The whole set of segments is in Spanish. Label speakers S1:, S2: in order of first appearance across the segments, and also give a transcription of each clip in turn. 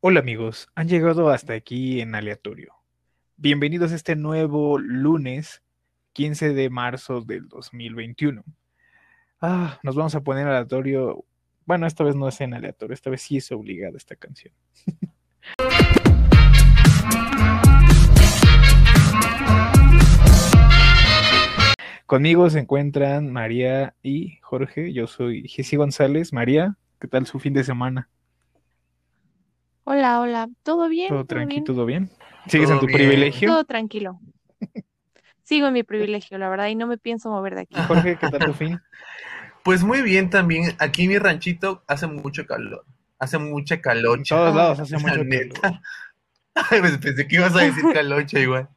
S1: Hola amigos, han llegado hasta aquí en aleatorio. Bienvenidos a este nuevo lunes 15 de marzo del 2021. Ah, nos vamos a poner aleatorio. Bueno, esta vez no es en aleatorio, esta vez sí es obligada esta canción. Conmigo se encuentran María y Jorge. Yo soy Jessy González. María, ¿qué tal su fin de semana?
S2: Hola, hola. ¿Todo bien?
S1: ¿Todo
S2: bien?
S1: tranquilo? ¿Todo bien? ¿Sigues
S3: Todo
S1: en tu
S3: bien.
S1: privilegio?
S2: Todo tranquilo. Sigo en mi privilegio, la verdad, y no me pienso mover de aquí.
S1: ¿Y Jorge, ¿qué tal tu fin?
S3: Pues muy bien también. Aquí en mi ranchito hace mucho calor. Hace mucha
S1: En
S3: calocha.
S1: todos lados hace mucho
S3: La
S1: calor.
S3: neta. Ay, pues pensé que ibas a decir calocha igual.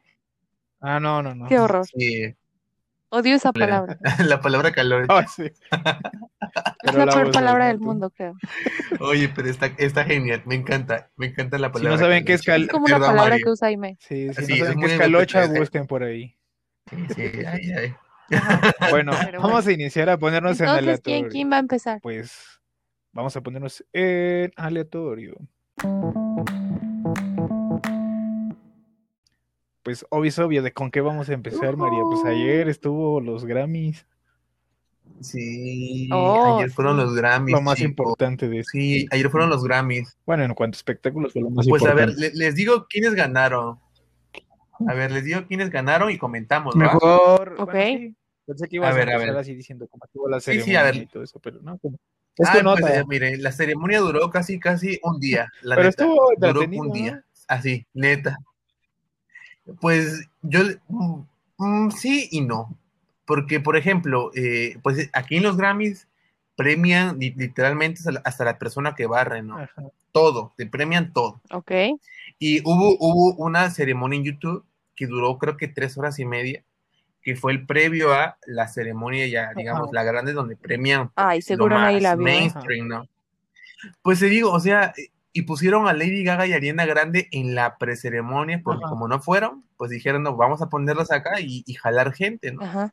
S1: Ah, no, no, no.
S2: Qué horror.
S3: Sí,
S2: Odio esa
S3: Hola.
S2: palabra.
S3: la palabra calocha.
S1: Ah, sí.
S2: Es
S1: Pero
S2: la
S1: la
S2: peor
S1: uso,
S2: palabra del
S1: ¿no?
S2: mundo, creo.
S3: Oye, pero está, está genial. Me encanta. Me encanta la
S1: Si no
S3: palabra
S1: saben qué es
S3: calocha.
S2: Es como una
S3: Perdón,
S2: palabra
S3: Mario.
S2: que usa Aime.
S1: Sí, si
S3: Sí,
S1: no
S3: es
S1: saben
S3: muy
S1: qué es calocha,
S3: enloquecedor.
S1: busquen por ahí.
S3: Sí, sí, ay, ay.
S1: Bueno,
S2: Pero
S1: vamos a iniciar a ponernos en
S2: Entonces,
S1: aleatorio.
S2: ¿quién, ¿quién va a empezar?
S1: Pues vamos a ponernos en aleatorio. Pues obvio es obvio de con qué vamos a empezar, María. Pues ayer estuvo los Grammys,
S3: Sí,
S2: Oh,
S3: ayer fueron
S2: sí.
S3: los Grammys,
S1: lo más
S3: chicos.
S1: importante de eso.
S3: Sí, ayer fueron los Grammys.
S1: Bueno, en cuanto a espectáculos fue lo más
S3: Pues a ver,
S1: importante.
S3: le- les digo quiénes ganaron. A ver, les digo quiénes ganaron y comentamos, Pues ¿va?
S1: Mejor,
S2: Ok.
S1: bueno, sí. Pensé que ibas
S3: A
S1: a,
S3: ver, a
S1: empezar
S3: ver.
S1: así diciendo cómo estuvo la
S3: Sí, sí, a
S1: ceremonia
S3: ver.
S1: y todo eso, pero no, como- Es tu
S3: Ah, pues,
S1: nota.
S3: eh, mire, la ceremonia duró casi, casi un día, la
S1: Pero
S3: neta.
S1: estuvo
S3: Duró
S1: entretenido,
S3: un
S1: ¿no?
S3: día, así, neta. Pues yo, mm, mm, sí y no. Porque, por ejemplo, eh, pues aquí en los Grammys premian li- literalmente hasta la, hasta la persona que barre, ¿no?
S1: Ajá.
S3: Todo, te premian todo.
S2: Ok.
S3: Y hubo, hubo una ceremonia en YouTube que duró creo que tres horas y media, que fue el previo a la ceremonia ya, digamos, la grande donde premian
S2: Ay,
S3: lo
S2: seguro nadie
S3: más
S2: la vio. ¿eh?
S3: mainstream, ¿no? Pues te digo, o sea, y pusieron a Lady Gaga y Ariana Grande en la preceremonia, porque
S1: Ajá.
S3: como no fueron, pues dijeron, no, vamos a ponerlas acá y, y jalar gente, ¿no?
S2: Ajá.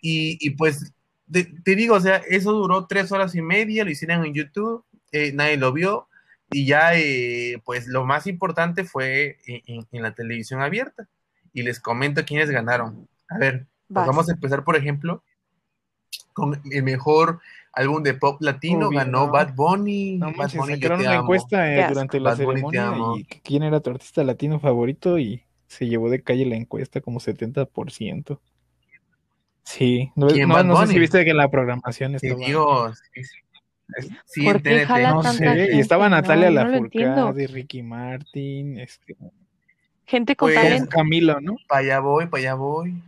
S3: Y, y pues te, te digo, o sea, eso duró tres horas y media, lo hicieron en YouTube, eh, nadie lo vio, y ya, eh, pues lo más importante fue en, en- en la televisión abierta. Y les comento quiénes ganaron. A ver, pues
S2: Vas.
S3: vamos a empezar, por ejemplo, con el mejor álbum de pop latino,
S1: Obvio,
S3: ganó
S1: ¿no?
S3: Bad Bunny.
S1: No
S3: Bad
S1: manches,
S3: Bunny, yo
S1: sacaron
S3: te
S1: una
S3: amo.
S1: encuesta eh,
S2: Qué asco.
S1: durante la
S3: Bad Bunny, te
S1: ceremonia
S3: amo.
S1: y que quién era tu artista latino favorito y se llevó de calle la encuesta como 70%. Sí, no,
S3: ¿Quién,
S1: no-
S3: Bad
S1: no sé si
S3: Bunny?
S1: viste que en este la programación
S3: Te
S1: estaba...
S3: digo, sí, sí. Sí,
S2: ¿Por
S3: en
S2: qué
S3: TNT.
S2: jala
S1: no
S2: tanta
S1: sé, y
S2: gente?
S1: estaba Natalia
S2: No, no lo
S1: Lafourcade,
S2: entiendo.
S1: Ricky Martin, este,
S2: Gente con
S3: Pues,
S2: talento.
S1: Camilo, ¿no?
S3: Para allá voy, para allá voy.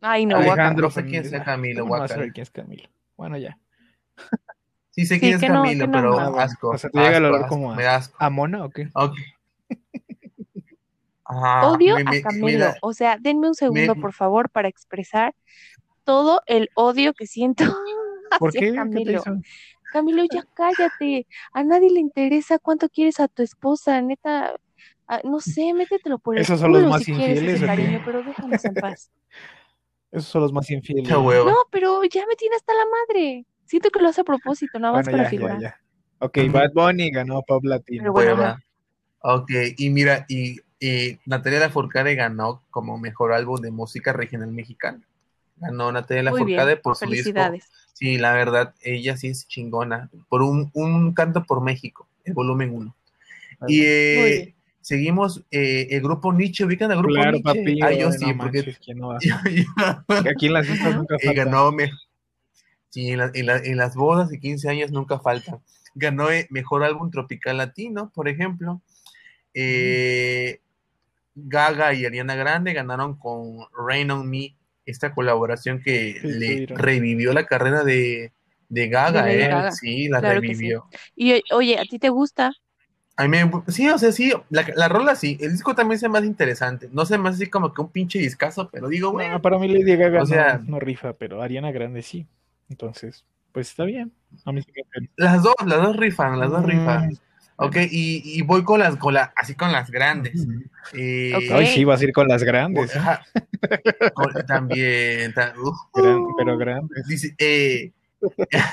S2: Ay, no, guaca.
S1: Alejandro
S3: no sé quién
S1: Fernández.
S3: sea Camilo,
S1: ¿Cómo no vas a
S3: guácala.
S1: saber quién es Camilo? Bueno, ya.
S3: Sí sé
S2: Sí,
S3: quién es
S2: que no,
S3: Camilo,
S2: que no,
S3: pero
S2: no. Ah,
S1: bueno.
S3: asco.
S1: O sea, te llega el
S3: asco,
S1: olor
S3: asco,
S1: como a-
S3: Me da asco.
S1: ¿A Mona o qué?
S3: Ok. Ah,
S2: Odio
S3: me-
S2: a
S3: me-
S2: Camilo.
S3: me da-
S2: O sea, denme un segundo,
S3: me-
S2: por favor, para expresar todo el odio que siento
S1: ¿Por
S2: hacia
S1: qué? ¿Qué te
S2: Camilo.
S1: hizo?
S2: Camilo, ya cállate. A nadie le interesa cuánto quieres a tu esposa, neta. ah, no sé, métetelo por el
S1: ¿Esos son los
S2: culo
S1: más
S2: si quieres ese
S1: infieles o qué?
S2: cariño, pero déjanos en paz.
S1: Esos son los más infieles.
S3: Qué hueva.
S2: No, pero ya me tiene hasta la madre. Siento que lo hace a propósito, nada más
S1: Bueno,
S2: para
S1: ya, ya,
S2: figurar.
S1: ya. Ok, Bad Bunny ganó Pop Latino.
S2: Pero bueno,
S3: hueva.
S2: ajá.
S3: Ok, y mira, y, y Natalia Lafourcade ganó como mejor álbum de música regional mexicana. Ganó Natalia
S2: Muy bien,
S3: Lafourcade por su disco.
S2: Felicidades.
S3: Sí, la verdad, ella sí es chingona. Por un, un canto por México, el volumen 1. Y eh,
S2: Muy bien.
S3: seguimos eh, el grupo Nietzsche, ubican al grupo
S1: Claro,
S3: Nietzsche.
S1: papi.
S3: Ah, yo
S1: no
S3: sí, porque
S1: manches, ¿quién no va?
S3: yo-
S1: Aquí en las fiestas
S2: Ajá.
S1: nunca
S3: Y
S1: falta.
S3: ganó me- sí, en, la- en la- en las bodas de 15 años nunca faltan. Ganó eh, mejor álbum tropical latino, por ejemplo. Eh, Gaga y Ariana Grande ganaron con Rain on Me, esta colaboración que
S1: Sí,
S3: le
S1: tuvieron.
S3: revivió la carrera de, de Gaga,
S2: De Lady
S3: ¿eh?
S2: Gaga.
S3: Sí, la
S2: Claro que sí.
S3: revivió.
S2: Y o- oye, ¿a ti te gusta?
S3: A mí me- sí, o sea, sí, la, la rola sí, el disco también se me hace interesante. No se me hace así como que un pinche discazo, pero digo,
S1: No,
S3: bueno,
S1: para mí Lady Gaga
S3: O
S1: no-
S3: sea-
S1: no, rifa, pero Ariana Grande sí. Entonces, pues está bien. A mí sí que
S3: las dos, las dos rifan, las dos
S1: Mm,
S3: rifan. Ok, y, y voy con las, con la- así con las grandes. Eh,
S2: Ok.
S1: Ay, sí, vas a ir con las grandes. ¿eh?
S3: ajá. Con- también, ta- ujú.
S1: Gran- pero grandes.
S3: Dice, eh,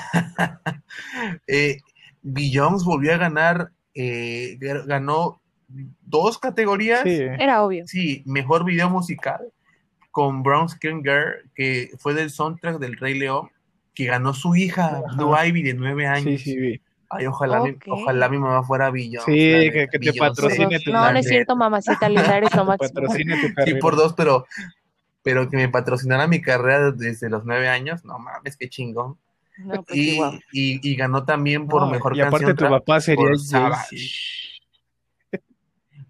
S3: eh, Beyoncé volvió a ganar eh, ganó dos categorías.
S1: Sí.
S2: Era obvio.
S3: Sí, mejor video musical con Brown Skin Girl, que fue del soundtrack del Rey León, que ganó su hija, Blue Ivy, de nueve
S1: Sí,
S3: años.
S1: sí, vi.
S3: Ay, ojalá,
S2: Ok.
S3: mi, ojalá mi mamá fuera Billon.
S1: Sí, que- que te patrocine tu
S2: No, no es
S1: madre.
S2: cierto, mamacita linda, eres lo máximo.
S1: Patrocina tu
S3: Sí,
S1: carrera.
S3: por dos, pero, pero que me patrocinara mi carrera desde los nueve años, no mames, qué chingón.
S2: No, pues
S3: Y,
S2: igual.
S3: y- y ganó también por
S1: No,
S3: mejor
S1: y aparte
S3: canción
S1: tu
S3: trap
S1: papá sería
S3: por
S1: el
S3: Savage.
S1: Jay-Z.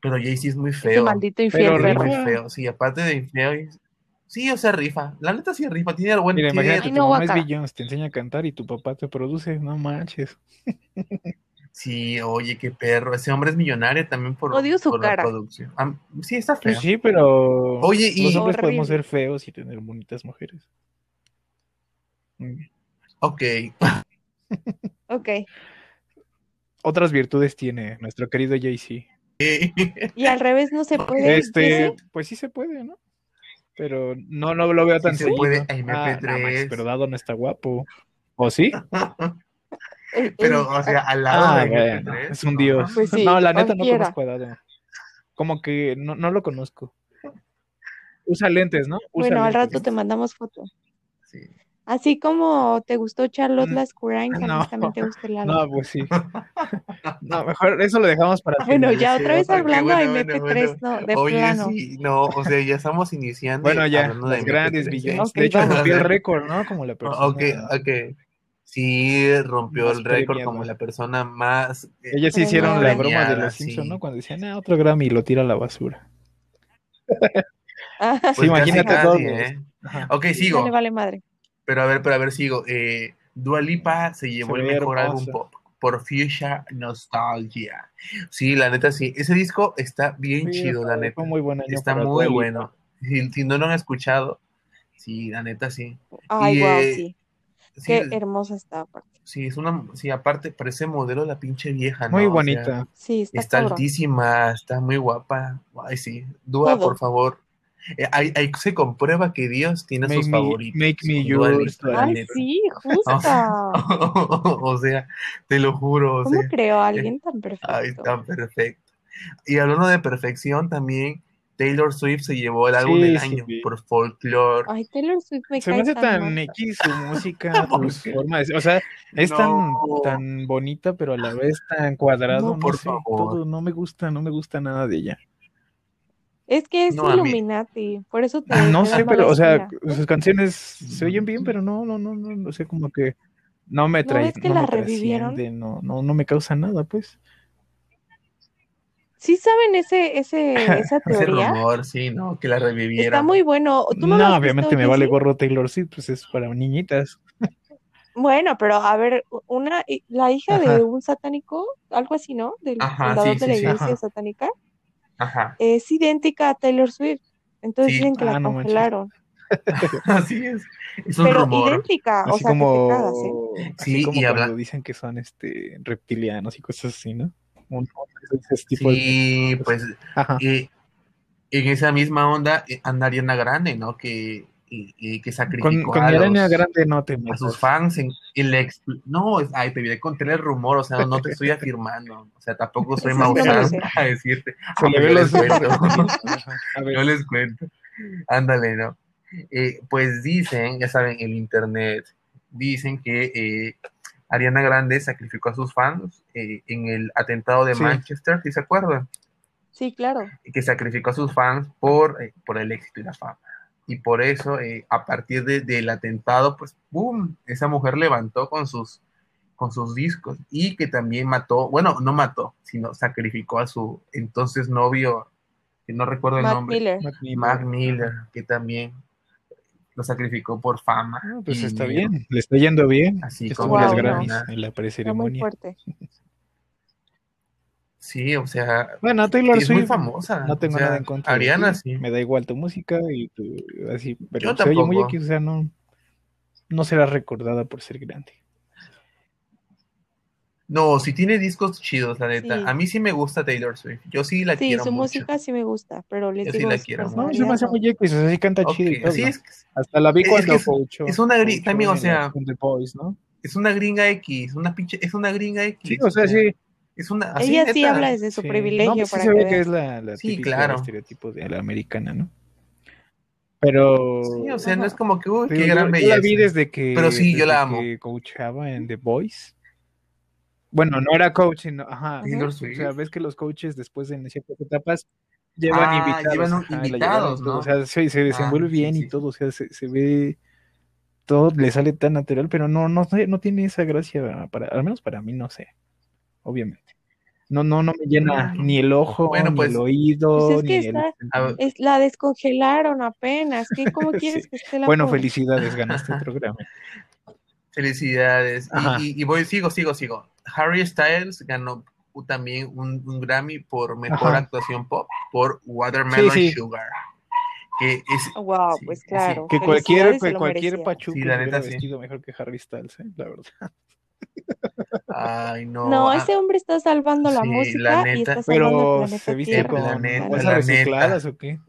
S3: Pero Jay-Z es muy
S2: Ese
S3: feo.
S2: maldito infiel
S1: Pero
S3: Es
S2: perro.
S3: muy
S1: rifa.
S3: feo, sí, aparte de feo. es- Sí, o sea, rifa. La neta sí rifa, tiene buen
S1: Mira,
S3: tiene-
S1: imagínate,
S2: Ay,
S1: tu
S2: no,
S1: mamá es
S2: guácala.
S1: Beyoncé, te enseña a cantar y tu papá te produce, no manches.
S3: Sí, oye, qué perro. Ese hombre es millonario también por,
S2: Odio su
S3: por la
S2: cara.
S3: producción. Ah, sí, está feo.
S1: Pues sí, pero
S3: Oye, y
S1: los hombres podemos
S2: Horrible.
S1: ser feos y tener bonitas mujeres. Mm.
S3: ok,
S2: Ok.
S1: Otras virtudes tiene nuestro querido Jay-Z.
S2: Y al revés no se puede.
S1: Este,
S2: ¿sí?
S1: pues sí se puede, ¿no? Pero no, no lo veo tan
S3: se
S1: seguido.
S3: puede a
S1: Ah, no
S3: MP3.
S1: manches, pero Dado no está guapo. ¿O sí?
S2: El-
S3: pero
S2: el-
S3: o sea, al lado
S1: Ah,
S3: de
S1: bueno,
S3: MP3,
S1: es un
S3: no,
S1: dios.
S2: Pues sí,
S1: no, la neta
S2: cualquiera.
S1: no conozco a Dado. Como que no, no lo conozco. Usa lentes, ¿no? Usa
S2: bueno, al
S1: lentes.
S2: rato te mandamos foto.
S3: sí.
S2: Así como te gustó Charlotte
S1: Mm,
S2: Las Curain, a
S1: no.
S2: mí también te gustó Lala.
S1: No, pues sí. No, mejor eso lo dejamos para el
S2: bueno,
S1: final.
S2: ya
S3: sí,
S2: otra vez
S3: porque
S2: hablando de
S3: bueno, bueno,
S2: MP3, no, de
S3: Oye,
S2: plano.
S3: sí, no, o sea, ya estamos iniciando.
S1: Bueno,
S3: y
S1: ya,
S3: hablando
S1: los
S3: de
S1: grandes
S3: MP3,
S1: billones.
S2: Ok,
S1: de hecho,
S2: vamos.
S1: rompió el récord, ¿no? Como la
S3: ¿eh?
S1: persona.
S3: Ok, ok. Sí, rompió
S1: Más
S3: el récord
S1: premiada.
S3: como la persona más. eh,
S1: Ellas sí hicieron la
S2: Premiada,
S1: broma de los
S3: sí.
S1: Simpsons, ¿no? Cuando decían, ah, otro Grammy y lo tira a la basura. Sí,
S2: Ah,
S3: Pues casi,
S1: imagínate
S3: casi,
S1: todos.
S3: ¿eh?
S1: Ajá.
S3: Ok,
S2: ya
S3: sigo.
S2: le vale madre.
S3: Pero a ver, pero a ver, sigo. Eh, Dua Lipa se llevó
S1: Se
S3: el
S1: ve
S3: mejor
S1: hermosa.
S3: álbum pop por Fuchsia Nostalgia. Sí, la neta sí. Ese disco está bien
S1: Sí,
S3: chido, la
S1: fue-
S3: neta.
S1: Fue muy buen año
S3: Está
S1: para
S3: muy
S1: Dua Lipa.
S3: bueno. Si, si no lo han escuchado, sí, la neta sí.
S2: Ay,
S3: Y,
S2: wow,
S3: eh,
S2: sí.
S3: Sí,
S2: Qué hermosa está aparte.
S3: sí, es una, sí, aparte parece modelo la pinche vieja, ¿no?
S1: Muy
S3: O sea,
S1: bonita.
S2: Sí, está,
S3: está
S2: cabrón.
S3: altísima, está muy guapa. Ay, sí. Dua,
S2: Todo.
S3: por favor. Eh, ahí, ahí se comprueba que Dios tiene
S1: Make
S3: sus
S1: me-
S3: favoritos.
S1: make me
S3: Dua
S1: yours,
S3: Lipa, la
S1: Dua
S2: Ay,
S3: neta.
S2: sí, justa.
S3: o sea, te lo juro, o
S2: ¿Cómo
S3: sea,
S2: creo a alguien tan perfecto?
S3: Eh, ay, tan perfecto. Y hablando de perfección, también Taylor Swift se llevó el álbum
S1: Sí,
S3: del
S1: sí,
S3: año
S1: vi.
S3: por Folklore.
S2: Ay, Taylor Swift me
S1: Se
S2: cae
S1: me hace
S2: tan
S1: tan
S2: mal.
S1: X su música,
S3: ¿Por
S1: su
S3: qué?
S1: forma de ser. O sea, es tan,
S3: No.
S1: tan bonita, pero a la vez tan cuadrado.
S3: No,
S1: No,
S3: por
S1: sé,
S3: favor.
S1: todo no me gusta, no me gusta nada de ella.
S2: Es que es
S3: No, a mí-
S2: Illuminati, por eso te
S1: Ah, No
S2: te da
S1: sé,
S2: mala
S1: pero, o sea,
S2: espina.
S1: sus canciones
S3: Mm.
S1: se oyen bien, pero no, no, no, no, no sé, como que no me
S2: ¿No
S1: trae,
S2: ves que
S1: no
S2: la
S1: me
S2: revivieron?
S1: trasciende, no, no, no me causa nada, pues.
S2: ¿Sí saben ese, ese, esa
S3: Ese
S2: teoría?
S3: rumor, sí, ¿no? Que la reviviera.
S2: Está muy bueno. ¿Tú no,
S1: No,
S2: lo has
S1: obviamente
S2: visto,
S1: me vale
S2: Jessy?
S1: gorro Taylor Swift, pues es para niñitas.
S2: Bueno, pero a ver, una, la hija de
S1: Ajá.
S2: un satánico, algo así, ¿no? Del
S3: Ajá,
S2: fundador de
S3: sí, sí,
S2: la
S3: sí,
S2: iglesia
S3: ajá.
S2: satánica,
S3: Ajá,
S2: es idéntica a Taylor Swift. Entonces
S3: Sí.
S2: dicen que la
S1: Ah, no manches.
S2: congelaron.
S3: así es. Es un
S2: Pero
S3: rumor.
S2: idéntica, Ah, o
S1: Así
S2: sea, que te cagas, ¿eh?
S1: como, así
S3: Sí,
S1: como
S3: y habla-
S1: cuando dicen que son este reptilianos y cosas así, ¿no? Un- ese tipo de-
S3: Sí, pues
S1: Ajá.
S3: eh, en esa misma onda eh, anda Ariana Grande, ¿no? Que, y- y que
S1: Con,
S3: sacrificó
S1: con
S3: a
S1: Ariana
S3: los-
S1: Grande no te
S3: a
S1: metas.
S3: sus fans en, en la expl- no, es- ay, te voy a contar el rumor, o sea, no te estoy afirmando, o sea, tampoco soy
S2: Eso sí no me lo
S3: Maussan
S2: sé.
S3: a decirte,
S1: Se
S3: "Ah,
S1: le ve
S3: yo
S1: los
S3: les cuento,
S1: Ajá. A ver,
S3: yo les cuento, ándale, ¿no? Eh, pues dicen, ya saben, el internet, dicen que eh, Ariana Grande sacrificó a sus fans eh, en el atentado de
S1: Sí.
S3: Manchester, si se acuerdan,
S2: Sí, claro.
S3: que sacrificó a sus fans por, eh, por el éxito y la fama. Y por eso, eh, a partir de- del atentado, pues, ¡boom! Esa mujer levantó con sus, con sus discos y que también mató, bueno, no mató, sino sacrificó a su entonces novio, que no recuerdo el
S2: Matt
S3: nombre,
S2: Miller.
S1: Mac Miller.
S3: Mark Miller, que también lo sacrificó por fama.
S1: Ah, pues
S3: y
S1: está
S3: dinero.
S1: bien, le está yendo bien.
S3: Así
S1: Ya
S3: como
S1: estuvo en los
S2: Wow,
S1: Grammys,
S3: no.
S1: en la
S2: Está muy
S1: preceremonia.
S2: fuerte.
S3: Sí, o sea,
S1: Bueno, Taylor
S3: es muy
S1: Swift,
S3: famosa.
S1: no tengo
S3: o sea,
S1: nada en contra. de
S3: Ariana,
S1: ti,
S3: sí.
S1: Me da igual tu música y tu. Así, pero
S3: Yo
S1: se oye muy
S3: tampoco.
S1: X, o sea, no, no será recordada por ser grande.
S3: No, si tiene discos chidos, la neta.
S2: Sí.
S3: A mí sí me gusta Taylor Swift. Yo sí la
S2: Sí,
S3: quiero
S2: su
S3: mucho.
S2: música sí me gusta, pero les
S3: Yo sí
S2: digo,
S3: la
S2: su
S3: quiero mucho.
S1: No, se me hace
S2: personalidad
S1: muy X, o sea, sí canta
S3: Ok,
S1: chido y todo.
S3: sí, es,
S1: Hasta la vi
S3: es que
S1: cuando
S3: es-
S1: coachó-
S3: es una gri-
S1: coachó
S3: también, o
S1: en
S3: sea-
S1: la- con The Boys, ¿no?
S3: es una gringa X, una pinche, es una gringa X.
S1: Sí, o sea, sí.
S3: Es una. así,
S2: Ella sí
S3: neta.
S2: habla desde su
S1: Sí.
S2: privilegio
S1: No, pues sí
S2: para
S1: se
S2: que
S1: ve que es
S2: veas.
S1: la, la
S3: Sí,
S1: típica
S3: claro.
S1: estereotipo de la americana, ¿no? Pero
S3: Sí, o sea, no
S2: Ajá.
S3: es como que, uy,
S1: te
S3: qué
S1: digo,
S3: gran
S1: yo, yo
S3: belleza.
S1: la vi desde que
S3: Pero sí, yo
S1: desde
S3: la amo.
S1: que coachaba en The Voice. Bueno, no era coach, sino, ajá,
S3: Taylor
S1: o
S3: Swift.
S1: sea, ves que los coaches después en ciertas etapas llevan
S3: Ah,
S1: invitados,
S3: llevan un-
S1: ajá, la
S3: invitados,
S1: todo,
S3: ¿no? Ah,
S1: o sea, se, se desenvuelve
S3: sí,
S1: bien
S3: sí.
S1: y todo, o sea, se, se ve todo le sale tan natural, pero no, no, sé, no tiene esa gracia para, al menos para mí, no sé, obviamente. No, no, no me llena
S3: No.
S1: ni el ojo,
S3: Bueno,
S1: ni
S3: pues-
S1: el oído,
S2: Pues es que
S1: ni el
S2: está-
S3: A-
S2: Es, la descongelaron apenas. ¿Qué, ¿Cómo
S1: Sí.
S2: quieres que esté la
S1: Bueno,
S2: pobre?
S1: felicidades, ganaste el programa.
S3: Felicidades. Y-
S1: Ajá.
S3: Y, y voy, sigo, sigo, sigo. Harry Styles ganó u- también un, un Grammy por mejor
S1: Ajá.
S3: actuación pop por Watermelon
S1: Sí, sí.
S3: Sugar. Que es,
S2: Wow,
S3: Sí,
S2: pues
S3: sí,
S2: claro.
S1: Que cualquier,
S2: felicidades, se
S1: que
S2: lo
S1: cualquier
S2: merecía.
S1: pachuco
S3: Sí, la
S1: hubiera
S3: neta, sí.
S1: vestido mejor que Harry Styles, ¿eh? la verdad.
S3: ay, no.
S2: No,
S3: ah,
S2: ese hombre está salvando la
S3: sí, la
S2: música y
S3: neta.
S2: está salvando el
S1: Pero
S2: planeta
S1: se viste
S2: Tierra.
S1: con
S3: La neta,
S1: bolsas
S3: la
S1: recicladas o qué?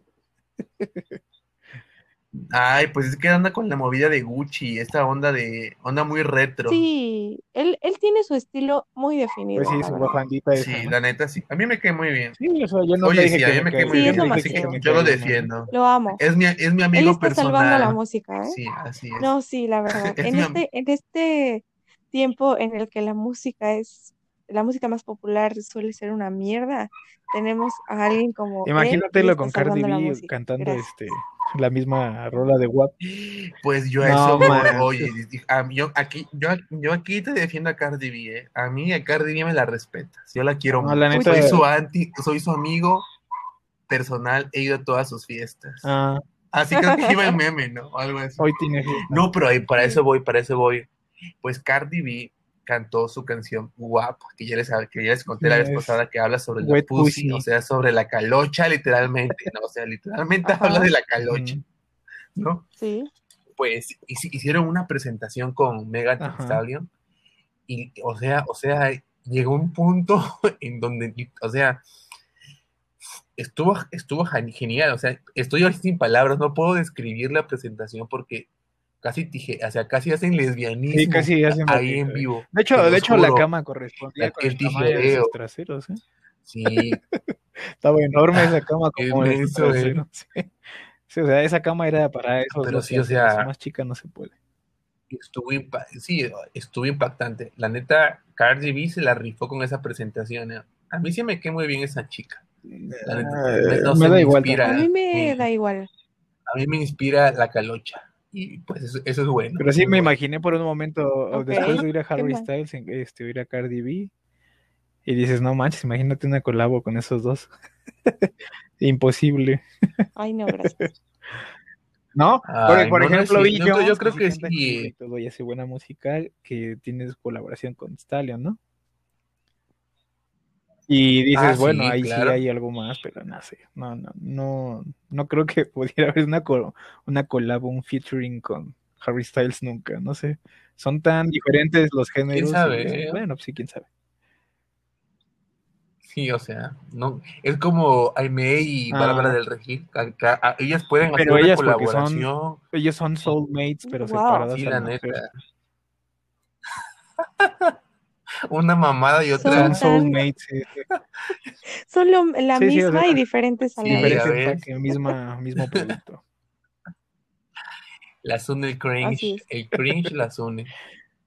S3: Ay, pues es que anda con la movida de Gucci, esta onda de onda muy retro.
S2: Sí, él, él tiene su estilo muy definido.
S1: Pues sí,
S2: la
S1: su
S2: verdad.
S1: bafandita esa,
S3: Sí,
S1: ¿no?
S3: la neta sí. A mí me cae muy bien.
S1: Sí, o sea, yo no
S3: Oye,
S1: dije
S3: sí, a
S1: que
S3: mí me cae muy
S2: Sí,
S3: bien.
S2: es lo
S3: así
S1: dije
S3: que
S1: que me
S2: máximo.
S1: cae
S3: yo lo
S1: bien, ¿no?
S3: defiendo.
S2: Lo amo.
S3: Es mi, es mi
S2: Él
S3: amigo
S2: está salvando la
S3: personal.
S2: música, ¿eh?
S3: Sí, así es.
S2: No, sí, la verdad.
S3: Es
S2: En
S3: mi am-
S2: este, en este tiempo en el que la música es, la música más popular suele ser una mierda, tenemos a alguien como él y
S1: Imagínatelo
S2: está
S1: con Cardi
S2: salvando la
S1: B
S2: música.
S1: cantando
S2: Gracias.
S1: este, la misma rola de WAP.
S3: Pues yo a
S1: No,
S3: eso voy,
S1: man.
S3: oye, a mí- yo aquí, yo, yo aquí te defiendo a Cardi B, ¿eh? A mí a Cardi B me la respetas, yo la quiero
S1: No,
S3: mucho.
S1: la neta.
S3: Soy su anti, soy su amigo personal, he ido a todas sus fiestas.
S1: Ah,
S3: Así creo que iba el meme, ¿no? O algo así.
S1: hoy tiene. fiesta.
S3: No, pero ahí para eso voy, para eso voy. Pues Cardi B cantó su canción Guap, que ya les, que ya les conté la
S1: Sí,
S3: vez
S1: es
S3: pasada que habla sobre la
S1: Wet
S3: pussy,
S1: Pussy.
S3: o sea, sobre la calocha, literalmente, ¿no? O sea, literalmente
S2: Ajá.
S3: habla de la calocha,
S1: Mm.
S3: ¿no?
S2: Sí.
S3: pues hici- hicieron una presentación con Megan Thee
S1: Ajá.
S3: Stallion y o sea, o sea, llegó un punto en donde, o sea, estuvo, estuvo gen- genial, o sea, estoy ahorita sin palabras, no puedo describir la presentación porque casi dije, o sea, casi hacen lesbianismo
S1: Sí, casi hacen
S3: ahí
S1: lesbianismo.
S3: en vivo.
S1: De
S3: te
S1: hecho,
S3: lo
S1: de hecho la
S3: juro.
S1: cama correspondía
S3: La-
S1: con
S3: el
S1: el tamaño de
S3: tijereo.
S1: sus traseros, ¿eh?
S3: Sí,
S1: Estaba enorme esa cama como de su
S3: Inmenso, ¿eh?
S1: trasero. Sí. Sí, o sea, esa cama era para esos
S3: Pero
S1: dos
S3: sí, o
S1: traseros,
S3: sea-
S1: más chica no se puede.
S3: estuvo, impa- sí, estuvo impactante. La neta, Cardi B se la rifó con esa presentación. ¿eh? A mí sí me quedó muy bien esa chica. La neta,
S1: Eh,
S3: me- no
S1: me
S3: sé,
S1: da
S3: me
S1: igual
S3: inspira.
S2: A mí
S3: eh,
S2: me da igual.
S3: a mí me inspira la calocha. Y pues eso, eso es bueno.
S1: Pero sí
S3: eso es
S1: me
S3: bueno.
S1: imaginé por un momento, o
S2: Ok.
S1: después de ir a Harry
S2: mal.
S1: Styles, en- este, oír a Cardi B, y dices, no manches, imagínate una colabo con esos dos. Imposible.
S2: Ay, no, gracias.
S1: ¿No?
S3: Ay,
S1: Porque, por
S3: no, no es
S1: ejemplo, vi
S3: cierto. Yo- yo
S1: Jones,
S3: creo
S1: sí
S3: que
S1: canta
S3: sí.
S1: chido y todo, y hace buena música, que tiene su colaboración con Stallion, ¿no? Y dices,
S3: Ah, sí,
S1: bueno, ahí sí
S3: claro.
S1: hay algo más, pero no sé. No, no, no, no creo que pudiera haber una, col- una collab, un featuring con Harry Styles nunca, no sé. Son tan diferentes los géneros. y
S3: sabe,
S1: dices,
S3: eh?
S1: bueno, pues sí, quién sabe.
S3: Sí, o sea, no, es como Aimee y
S1: Ah.
S3: Bárbara del Regil. ca- ca- a- ellas pueden hacer
S1: Pero
S3: una
S1: ellas porque son-
S3: colaboración.
S1: Ellos son soulmates, pero
S2: Wow.
S1: separadas
S3: Sí,
S1: al
S3: la
S1: nacer.
S3: neta.
S1: pues.
S3: Una mamada y otra.
S1: Son
S2: Son tan-
S1: soulmates, eh, sí, sí,
S2: Son lo- la
S1: Sí, sí, o
S2: misma
S1: sea,
S2: y diferentes a
S3: sí,
S2: la vez.
S1: diferente
S3: ya ves.
S1: empaque, misma, mismo producto.
S3: Las une el cringe.
S2: Así es.
S3: El cringe las une.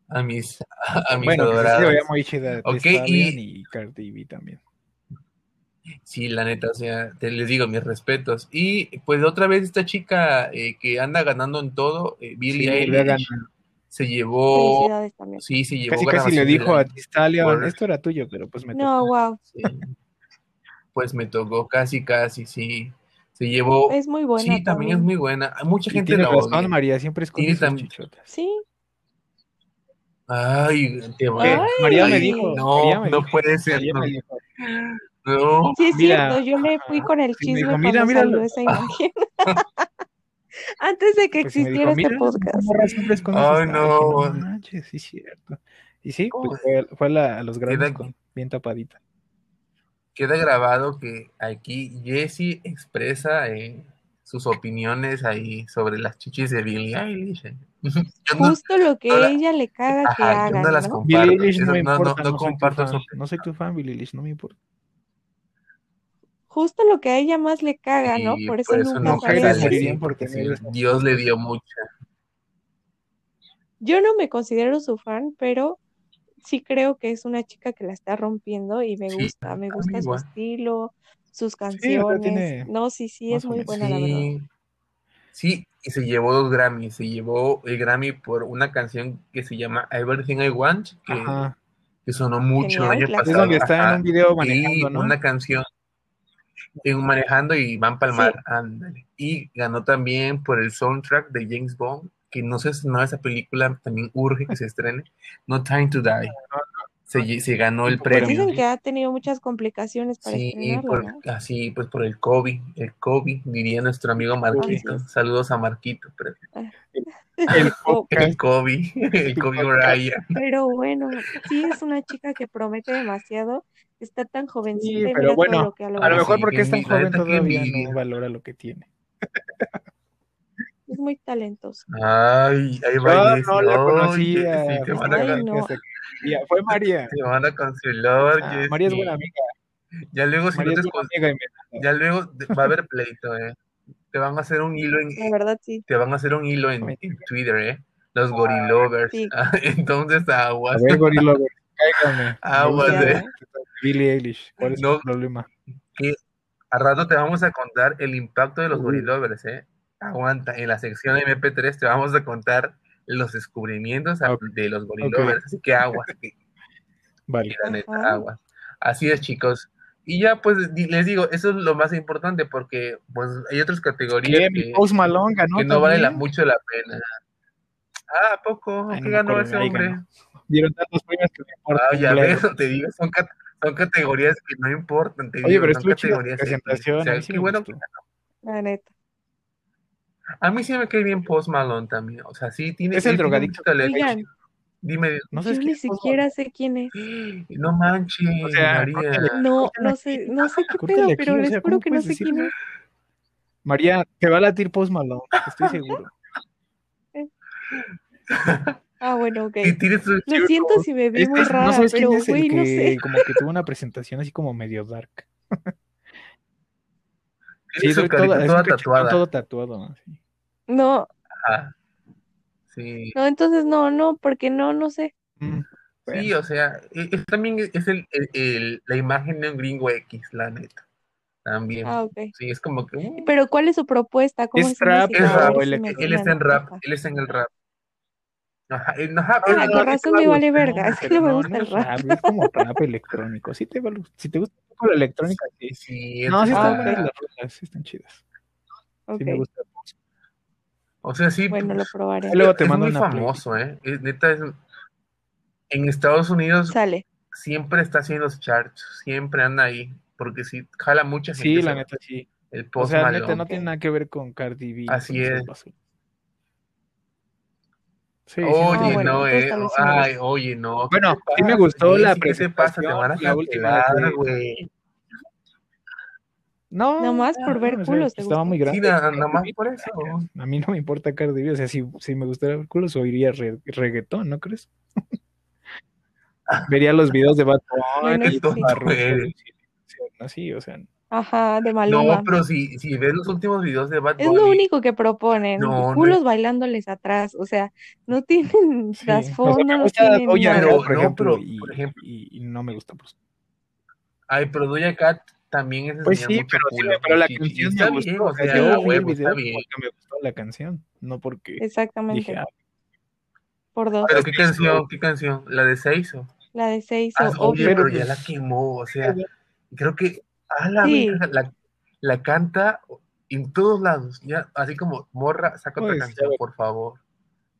S3: A mis, a mis
S1: Bueno, que sí se
S3: adoradas.
S1: veía muy chida de
S3: Ok,
S1: Stallion
S3: y-
S1: y Cardi B también.
S3: Sí, la neta, o sea, te, les digo mis respetos. Y pues otra vez esta chica eh, que anda ganando en todo, eh, Billie
S1: Sí, le
S3: Eilish,
S1: ganan.
S3: se llevó,
S2: Felicidades también.
S3: sí, se llevó
S1: Casi casi le
S3: grabación del
S1: dijo a
S3: año.
S1: Stallion,
S3: Warner.
S1: esto era tuyo, pero pues me
S2: No, wow.
S3: Sí. Pues me tocó casi, casi, sí. Se
S1: Oh,
S3: llevó,
S2: Es muy buena
S3: sí, también es muy buena. Hay Mucha
S1: Y
S3: gente
S1: tiene
S3: la
S1: razón,
S3: odia.
S1: María, siempre esconde
S3: Tiene
S1: sus
S3: tam-
S1: chichotas.
S2: Sí,
S3: Ay, te va.
S1: ¿Qué?
S2: Ay.
S1: María me
S3: Ay,
S1: dijo.
S3: no,
S1: María me
S3: no
S1: dijo,
S3: puede ser,
S1: María
S3: no.
S1: me dijo. pues,
S3: No,
S2: sí es
S1: Oh, Mira,
S2: cierto. Yo me
S1: ajá.
S2: fui con el
S1: Sí, me
S2: chisme
S1: dijo,
S2: cuando
S1: "Mira, míralo".
S2: salió esa imagen. Antes de que
S1: Pues sí me dijo,
S2: existiera este
S1: mira, esta
S2: podcast.
S1: morra siempre esconde sus
S3: Ay,
S1: chichotas.
S3: no.
S1: Dije, no manches, sí es cierto. Y sí, pues fue, fue a la- a los grandes
S3: Queda-
S1: con bien tapadita.
S3: queda grabado que aquí Jesse expresa eh, sus opiniones ahí sobre las chichis de Billie Eilish. ¿eh? Yo no,
S2: Justo lo que
S3: no la-
S2: ella le caga que
S3: ajá, yo
S2: hagan,
S3: no las
S2: ¿no?
S1: Billie
S3: comparto.
S1: Eilish no
S3: esas
S1: me
S3: no-
S1: importa.
S3: no- no
S1: no soy tu
S3: comparto
S1: fan,
S3: eso.
S1: No soy tu fan, Billie Eilish, no me importa.
S2: Justo lo que a ella más le caga, ¿no?
S3: Y
S2: Por eso
S1: no
S2: nunca sale.
S1: mujeres
S2: de-
S3: sale,
S1: morirían
S3: sí,
S1: por
S3: porque
S1: tener
S3: sí,
S1: esa-
S3: Dios le dio mucha.
S2: Yo no me considero su fan, pero sí creo que es una chica que la está rompiendo y me
S3: Sí,
S2: gusta, me
S3: a mí
S2: gusta su
S3: igual.
S2: estilo, sus
S1: sea,
S2: canciones.
S1: tiene
S2: No, sí, sí,
S1: más
S2: es
S1: o
S2: muy
S1: menos.
S2: buena, la verdad.
S3: Sí, sí, y se llevó dos Grammys. Se llevó el Grammy por una canción que se llama Everything I Want, que,
S1: Ajá.
S3: que sonó mucho el
S2: Genial,
S3: año
S2: claro.
S1: Es
S3: pasado.
S1: donde está en
S3: Ajá.
S1: un video
S3: Y
S1: manejando, ¿no?
S3: una canción en un manejando y van
S2: Sí,
S3: palmar, ándale. Y ganó también por el soundtrack de James Bond, que no se estrenó esa película, también urge que se estrene, No Time to Die.
S1: Ah,
S3: Se, lle- se ganó el
S1: Tiempo para
S3: premio.
S2: dicen que
S1: morir.
S2: ha tenido muchas complicaciones para
S3: ¿eh? Sí,
S2: estrenarla,
S3: por,
S2: ¿no?
S3: así pues por el COVID, el COVID, diría nuestro amigo
S1: Kobe.
S3: Marquito.
S2: Así es.
S3: Saludos a Marquito, pero
S2: Ah,
S1: El, el
S2: co-
S1: podcast,
S3: el COVID, el
S1: tu
S3: COVID
S1: podcast.
S3: Ryan.
S2: Pero bueno, sí es una chica que promete demasiado, está tan
S1: Sí,
S2: jovencita y
S1: pero
S2: mira todo
S1: bueno,
S2: lo que ha
S1: a lo
S2: logrado.
S1: mejor
S3: Sí,
S1: porque
S3: qué
S1: es tan
S3: envi- la
S1: joven
S3: neta, qué
S1: todavía no
S3: envidia.
S1: valora lo que tiene.
S2: Es muy talentosa.
S3: Ay, ahí va
S1: Yo
S3: Jessy.
S1: no la
S3: Oye,
S1: conocía pues,
S3: sí, te van a,
S2: Ay,
S3: ca-
S1: justamente
S2: no.
S1: hasta que... Ya, fue María.
S3: te van a cancelar,
S1: Ah, María es buena
S3: Jessy.
S1: amiga.
S3: Ya luego, si no
S1: María
S3: te
S1: es buena
S3: escu-
S1: amiga y me
S3: ya luego de- va a haber pleito, ¿eh? Te van a hacer un hilo en,
S2: La verdad, sí.
S3: te van a hacer un hilo en, en Twitter, ¿eh? Los gorilovers.
S2: Sí,
S3: Entonces,
S1: A
S3: aguas,
S1: ver, Gorilla, cáigame. Me gusta
S3: aguas,
S1: tu
S2: ya,
S3: ¿eh?
S2: ¿eh?
S1: Billie Eilish. ¿Cuál es el
S3: No,
S1: problema?
S3: que a rato te vamos a contar el impacto de los
S1: Uy,
S3: gorilovers, ¿eh? Aguanta, en la sección MP3 te vamos a contar los descubrimientos a-
S1: ok,
S3: de los
S1: ok,
S3: gorilovers, así que aguas, que
S1: vale.
S3: la neta,
S2: Ajá.
S3: aguas. Así es, chicos. Y ya, pues, di- les digo, eso es lo más importante porque, pues, hay otras categorías
S1: ¿Qué? Mi
S3: que,
S1: Post Malone ganó
S3: eh, que no valen la-
S1: también.
S3: mucho la pena. Ah, ¿a poco?
S1: Ay,
S3: ¿Qué
S1: no me
S3: ganó
S1: acuerdo,
S3: ese
S1: ahí ganó.
S3: hombre?
S1: Dieron tantos premios que me importa
S3: Ah,
S1: un
S3: ya ves,
S1: bledo.
S3: te digo, son, cat- son categorías que no importan, te
S1: Oye,
S3: digo,
S1: pero
S3: son
S1: estuvo chida su
S3: categorías X. O
S1: presentación. A mí
S3: sea,
S1: sí
S3: qué
S1: me
S3: bueno.
S1: gustó.
S2: La neta.
S3: A mí sí me cae bien Post Malone también. O sea, sí, tiene,
S1: Es el
S3: él tiene
S1: drogadicto
S3: mucho
S1: que te
S3: talento.
S1: digo.
S2: Oigan,
S3: Dime,
S1: ¿No sabes
S2: yo
S1: quién
S2: ni
S1: es Post Malone?
S2: siquiera sé quién es.
S3: no
S1: O
S3: manches,
S1: sea,
S3: María.
S1: córtale,
S2: No,
S1: córtale
S2: no
S1: aquí.
S2: sé, no sé qué pedo,
S1: Córtale aquí.
S2: pero
S1: O
S2: les
S1: sea,
S2: juro
S1: ¿cómo
S2: que no
S1: puedes
S2: sé
S1: decir?
S2: quién es.
S1: María, te va a latir Post Malone. Estoy seguro.
S2: Eh, Ah, bueno, ok.
S3: Sí, tiene sus
S2: Lo siento si me
S1: Este
S2: vi
S1: Es-
S2: muy
S1: es- ¿no
S2: rara,
S1: sabes quién
S2: pero
S1: es el
S2: güey, no sé.
S1: que como que tuvo una presentación así como medio dark?
S3: tiene
S1: Sí,
S3: su
S1: soy todo,
S3: carita
S1: es un
S3: toda
S1: cachetón todo
S3: tatuada.
S1: tatuado. así.
S2: No,
S3: Ah, sí.
S2: no, entonces no, no, porque no, no sé.
S1: Mm,
S3: Sí,
S1: bueno,
S3: o sea, e- es, también es el, el- el- la imagen de un gringo X, la neta. También.
S2: Ah, ok.
S3: Sí, es como que.
S2: ¿Y
S3: uh,
S2: ¿Pero cuál es su propuesta? ¿Cómo
S1: ¿es
S2: es su
S1: trap
S3: es
S2: música? A
S3: rap.
S2: ver
S1: o
S2: si me
S3: Él
S1: electrónico?
S3: está en
S2: suena.
S3: rap.
S2: Ajá.
S3: Él está en el rap. Ajá, él- ajá, él
S2: Ah,
S1: Ah,
S3: no,
S2: con
S3: él te
S2: razón
S3: va a
S2: me vale
S3: gustar.
S2: verga, es que
S1: pero
S2: no me
S1: no,
S2: gusta
S1: no
S2: el
S1: es
S2: rap.
S1: rap, es como rap electrónico. Si te, va a gu- si te gusta un poco la electrónica, sí.
S3: Sí, él
S1: No, sí
S2: Ah,
S1: están
S2: ok,
S1: buenas
S3: está.
S1: las rolas, sí están chidas. Sí
S2: ok.
S1: me gusta.
S3: O sea, sí,
S2: Bueno, lo
S1: Ahí
S2: probaré.
S1: luego te
S3: es
S1: mando
S3: muy
S1: una playlist.
S3: famoso, ¿eh? Es- neta, es, en Estados Unidos
S2: Sale.
S3: siempre está haciendo los charts, siempre anda ahí, porque sí, jala mucha gente
S1: Sí,
S3: ese,
S1: la neta sí.
S3: el
S1: O
S3: Post
S1: sea, neta,
S3: Malone.
S1: no tiene
S2: Ok.
S1: nada que ver con Cardi B ni con
S3: Así
S1: esas
S3: es.
S1: basuras. Sí, sí me
S2: Ah,
S3: Oye,
S1: gusta.
S2: bueno,
S3: no,
S2: entonces
S3: eh.
S2: tal vez sí me
S3: Ay,
S2: gusta.
S3: oye, no. ¿Qué
S1: Bueno,
S3: te
S1: sí me
S3: pasa,
S1: gustó la
S3: Jessy? ¿Qué te pasa? Te
S1: presentación,
S3: van a
S1: la última
S3: cancelar,
S1: de...
S3: güey.
S1: No,
S2: Nomás por
S1: no, no,
S2: ver
S1: o sea,
S2: culos, ¿te
S1: estaba
S2: gustó?
S1: muy
S3: Sí,
S1: grande
S3: nada, nada
S1: Cardi
S3: más
S1: B.
S3: por eso.
S1: A mí no me importa Cardi B, o sea, si, si me gustara el culo, oiría re- reggaetón, ¿no crees? Vería los videos de Bad
S2: Bueno,
S1: Bunny y
S3: Qué
S2: eso
S1: los
S3: tonto
S2: sí.
S1: Farrucos
S3: eres.
S1: y así, o sea,
S2: Ajá, de
S3: No, pues,
S2: Maluma.
S3: pero si, si ves los últimos videos de Bad
S2: Es lo
S3: Bunny,
S2: único que proponen,
S3: no, no es.
S2: culos bailándoles atrás, o sea, no tienen
S1: sí. O sea,
S2: trasfondo,
S1: me
S2: no
S1: gusta
S2: tienen
S1: Doja Cat,
S2: nada.
S3: Pero,
S1: por
S3: no,
S1: ejemplo,
S3: pero, por
S1: y,
S3: ejemplo,
S1: y- y no me gusta. Pues,
S3: ay, pero Doja Cat también es
S1: pues
S3: enseñar
S1: sí, pero
S3: mucho
S1: sí, me-
S3: culo
S1: pero
S3: y
S1: la
S3: chichi. Y
S1: canción me
S3: está bien,
S1: gustó, o
S3: o
S1: sea,
S3: sea,
S1: yo
S3: a
S1: vi el
S3: huevo, está
S1: video
S3: bien.
S1: porque me gustó la canción, no porque dije,
S2: Exactamente,
S1: ah,
S2: por
S3: Pero
S2: dos.
S3: qué
S1: Seiso.
S3: canción, qué canción, la de Seiso.
S2: La de seis
S3: Ah,
S2: o obvio.
S3: oye,
S1: pero
S3: pero ya la
S1: pues,
S3: quemó, o sea, creo que a la
S2: Sí,
S3: verga la, la canta en todos lados, ya, así como morra, saca otra
S1: pues, ya
S3: canción,
S1: ves,
S3: por favor,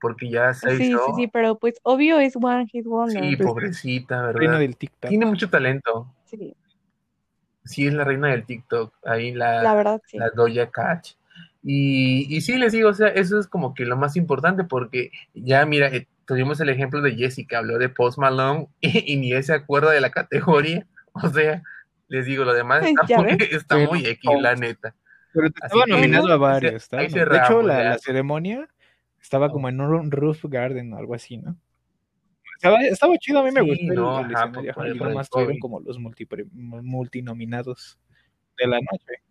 S3: porque ya
S2: sí, sí, sí,
S3: Seiso,
S2: pero pues obvio es One Hit
S3: sí,
S2: Wonder.
S1: pues,
S3: pobrecita,
S1: reina
S3: ¿verdad?
S1: del TikTok.
S3: Tiene mucho talento,
S2: Sí,
S3: sí, es la reina del TikTok, ahí la,
S2: la verdad sí.
S3: la Doja Cat. Y, y sí, les digo, o sea, eso es como que lo más importante, porque ya, mira, eh, tuvimos el ejemplo de Jessica, habló de Post Malone y, y ni él se acuerda de la categoría. O sea, les digo, lo demás está
S2: ¿Ya
S3: muy,
S2: ves?
S3: está
S1: Pero
S3: muy X, la
S1: post,
S3: neta.
S1: Pero
S3: Así
S1: estaba
S3: que-
S1: nominado a varios.
S3: Ahí
S1: estaba
S3: se- ahí
S1: nominado. de hecho,
S3: cerramos,
S1: la,
S3: ya.
S1: la ceremonia estaba como en un roof garden o algo así, ¿no? Estaba, estaba chido, a mí me
S3: Sí,
S1: gustó el-
S3: no,
S1: el
S3: ajá,
S1: escenario.
S3: por- por
S1: ajá,
S3: el-
S1: y
S3: por el
S1: nomás tuvieron
S3: COVID.
S1: como los multipre- multinominados de la noche.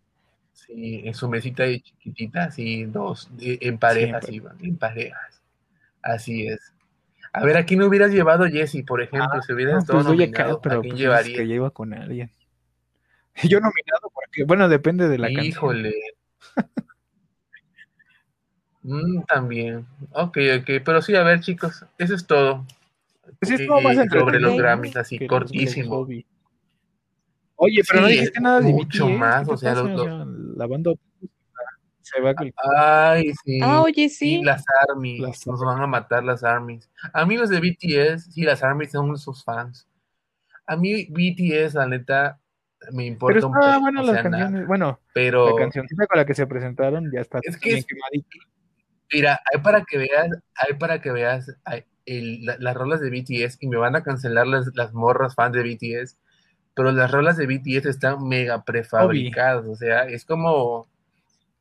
S3: Sí, en su mesita de chiquitita, así, dos, de- en parejas,
S1: Sí,
S3: sí, van, en parejas. Así es. A ver, ¿a quién hubieras llevado, Jesse, por ejemplo? si
S1: No,
S3: hubieras todo
S1: pues doy acá,
S3: nominado,
S1: pero
S3: ¿a quién
S1: pues,
S3: llevarías?
S1: que lleva con alguien. Yo nominado porque, bueno, depende de la canción.
S3: Híjole. Mm, también. Ok, ok. Pero sí, a ver, chicos, eso es todo.
S1: Pues sí,
S3: Eh,
S1: estuvo más
S3: eh, sobre los
S1: entretenido
S3: Grammys, así,
S1: que los Black
S3: cortísimo.
S1: Hobby. Oye, pero no
S3: Sí,
S1: dijiste nada de
S3: mucho
S1: BTS,
S3: más,
S1: ¿qué te
S3: o sea,
S1: pasa?
S3: los-
S1: O sea, la banda se va con
S3: Ay, sí.
S2: Ah, oye, sí.
S3: Sí, las ARMY,
S1: Las
S3: nos van a matar las ARMYs. A mí los de BTS, sí, las ARMYs son sus fans. A mí BTS, la neta, me
S1: Pero
S3: importa un
S1: está
S3: poco,
S1: buena
S3: o
S1: las
S3: sea, nada.
S1: canciones, bueno,
S3: Pero,
S1: la cancioncita con la que se presentaron ya está
S3: Es que
S1: bien
S3: es-
S1: quemadita.
S3: mira, hay para que veas, hay para que veas hay el- la- las rolas de BTS y me van a cancelar las, las morras fans de BTS, pero las rolas de BTS están mega prefabricadas, o sea, es como...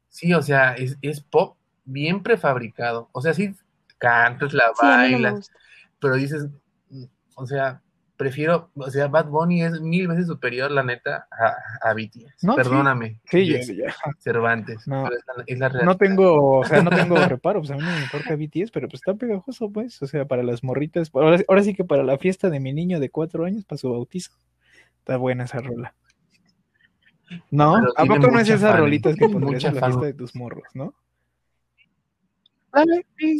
S3: Sí, o sea, es, es pop bien prefabricado. O sea, sí cantas, la
S2: Sí, a mí no me
S3: bailas,
S2: gusta.
S3: pero dices, mm, o sea, prefiero, o sea, Bad Bunny es mil veces superior, la neta, a, a BTS.
S1: No, sí.
S3: Perdóname,
S1: Sí, yo-
S3: Jesse
S1: yo-
S3: Cervantes,
S1: No.
S3: pero es la, es la
S1: no
S3: realidad.
S1: tengo, o sea, no tengo reparo, pues a mí no me importa BTS, pero pues está pegajoso, pues, o sea, para las morritas, pues, ahora, ahora sí que para la fiesta de mi niño de cuatro años, para su bautizo, está buena esa rola. ¿No?
S3: Pero
S1: ¿A
S3: tiene
S1: poco no es
S3: mucha
S1: esas
S3: fan,
S1: rolitas que
S3: tiene
S1: pondrías
S3: mucha
S1: en la
S3: fan.
S1: fiesta de tus morros, no?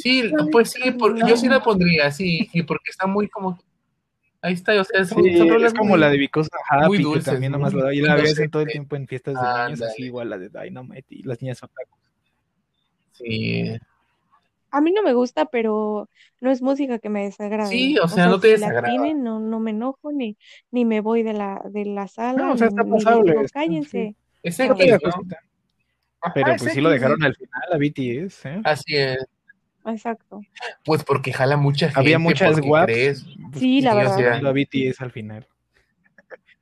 S3: Sí, pues sí, por- yo sí la pondría, sí, y porque está muy como, ahí está, o sea, son,
S1: Sí,
S3: son
S1: es
S3: rolas
S1: como
S3: muy-
S1: la de Because Happy,
S3: muy
S1: que
S3: dulces,
S1: también
S3: muy-
S1: nomás la, y la
S3: muy
S1: ves en
S3: dulces,
S1: todo el
S3: eh.
S1: tiempo en fiestas de niños,
S3: Ándale.
S1: así igual la de Dynamite y las niñas son
S3: Sí,
S2: A mí no me gusta, pero no es música que me desagrade.
S3: Sí, o sea, no te
S2: si
S3: desagrada.
S2: la tienen, no, no me enojo, ni, ni me voy de la, de la sala,
S1: No, o sea,
S2: ni,
S1: está
S2: ni les
S1: pasable,
S2: digo,
S1: está- sí.
S2: cállense.
S3: es
S1: Está
S3: X, ¿no?
S1: pegajosita.
S3: Ajá,
S2: Ah,
S1: Pero
S3: es
S1: pues sí lo
S3: X,
S1: dejaron al final a BTS, ¿eh?
S3: Así es,
S2: Exacto.
S3: pues porque jala mucha gente,
S1: Había muchas
S3: porque
S1: guaps.
S3: crees.
S1: pues,
S2: Sí, la
S1: sí,
S2: verdad.
S1: hablando a BTS al final.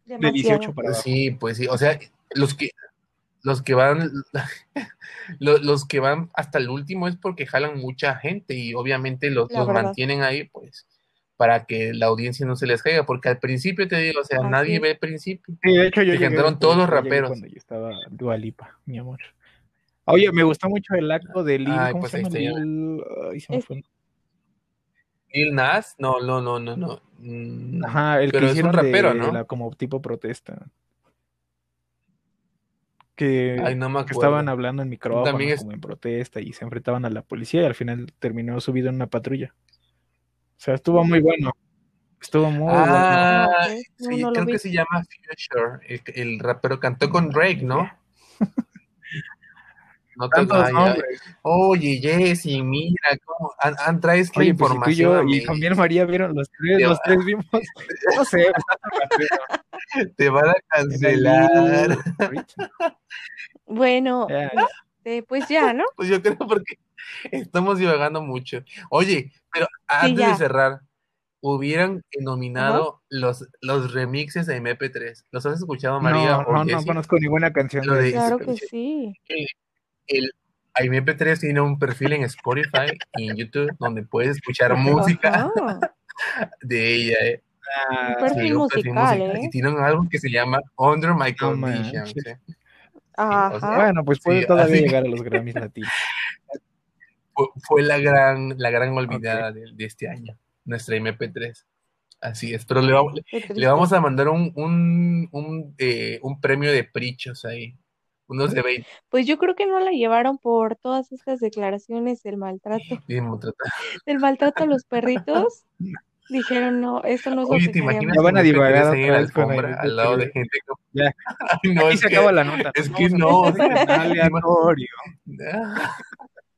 S1: De 18
S2: Demasiado.
S1: para
S3: Pues
S1: abajo.
S3: Sí, pues sí, o sea, los que los que van lo- los, que van hasta el último es porque jalan mucha gente y obviamente los,
S2: La
S3: los
S2: verdad.
S3: mantienen ahí pues para que la audiencia no se les caiga, porque al principio te digo, o sea,
S2: Así
S3: nadie
S2: es.
S3: ve el principio.
S1: Sí, de hecho yo
S3: Que
S1: llegué
S3: cantaron
S1: después,
S3: todos los
S1: yo llegué
S3: raperos.
S1: cuando yo estaba Dua Lipa, mi amor. Oye, me gustó mucho el acto de Lil,
S3: Ay,
S1: ¿cómo
S3: pues
S1: se
S3: ahí
S1: llama?
S3: está ya.
S1: Lil, ay, se me
S2: Es-
S1: fue.
S3: Lil Nas, no, no, no, no, no. Mm,
S1: Ajá, el que
S3: pero es un
S1: hicieron de
S3: rapero, ¿no?
S1: la como tipo protesta. Que,
S3: Ay, no me
S1: que estaban
S3: acuerdo.
S1: hablando en micrófonos
S3: También es-
S1: como en protesta y se enfrentaban a la policía y al final terminó subido en una patrulla. O sea, estuvo muy bueno. Estuvo muy bueno.
S3: Mm. Ah,
S2: Ah, ok. No,
S3: sí,
S2: no lo
S3: creo
S2: vi.
S3: que se llama Future, el, el rapero cantó con
S1: Mm,
S3: Drake, ¿no? No te-
S1: Tantos
S3: ay, ay,
S1: nombres.
S3: Oye, Jessy, mira cómo han, han traído esta
S1: Oye, pues si tú y
S3: información
S1: yo
S3: a
S1: y
S3: mí.
S1: Javier María vieron los tres,
S3: Te
S1: los
S3: va-
S1: tres vimos, no sé, pues,
S3: Te van a
S1: era
S3: cancelar.
S1: Lil Rich.
S2: Bueno,
S1: Ya, ya.
S2: este, pues ya, ¿no?
S3: Pues yo creo porque estamos divagando mucho. Oye, pero antes de
S2: ya.
S3: cerrar, hubieran nominado los, los remixes de MP3. ¿Los has escuchado, María
S1: No,
S3: o
S1: no, no
S3: Jessy?
S1: conozco ninguna canción
S3: Lo
S1: de
S3: de-
S1: esas.
S2: Claro que
S3: escuché.
S2: sí.
S3: El a MP3 tiene un perfil en Spotify y en YouTube donde puedes escuchar música
S2: Ajá.
S3: de ella, ¿eh?
S1: Ah,
S2: Perfil
S3: Sí, un perfil
S2: musical,
S3: musical.
S2: ¿eh?
S3: Y tiene un álbum que se llama Under My
S1: No
S3: Conditions.
S1: manches.
S3: ¿eh? o sea,
S2: Ajá.
S1: Bueno, pues puede
S3: Sí,
S1: todavía
S3: así que-
S1: llegar a los Grammys latinos.
S3: Fue, fue la gran, la gran olvidada de, de este año, nuestra MP3. Así es, pero le vamos,
S2: Qué
S3: le
S2: triste.
S3: vamos a mandar un, un, un, eh, un premio de prichos ahí. Unos de 20.
S2: Pues yo creo que no la llevaron por todas estas declaraciones del maltrato,
S3: de maltratar.
S2: del maltrato a los perritos. Dijeron, no, esto no es lo
S3: Oye,
S2: que
S3: ¿te
S2: queríamos.
S3: imaginas
S1: Ya van
S3: un
S1: a
S3: MP3
S1: divagar
S3: ahí en
S1: otra
S3: la
S1: vez con
S3: alfombra,
S1: MP3.
S3: al lado de gente que...
S1: Ya.
S3: Ay, no,
S1: Aquí
S3: es
S1: se
S3: que,
S1: acaba la nota.
S3: es
S1: nos
S3: que
S1: vamos
S3: no.
S1: a- Aleatorio.
S3: Ah.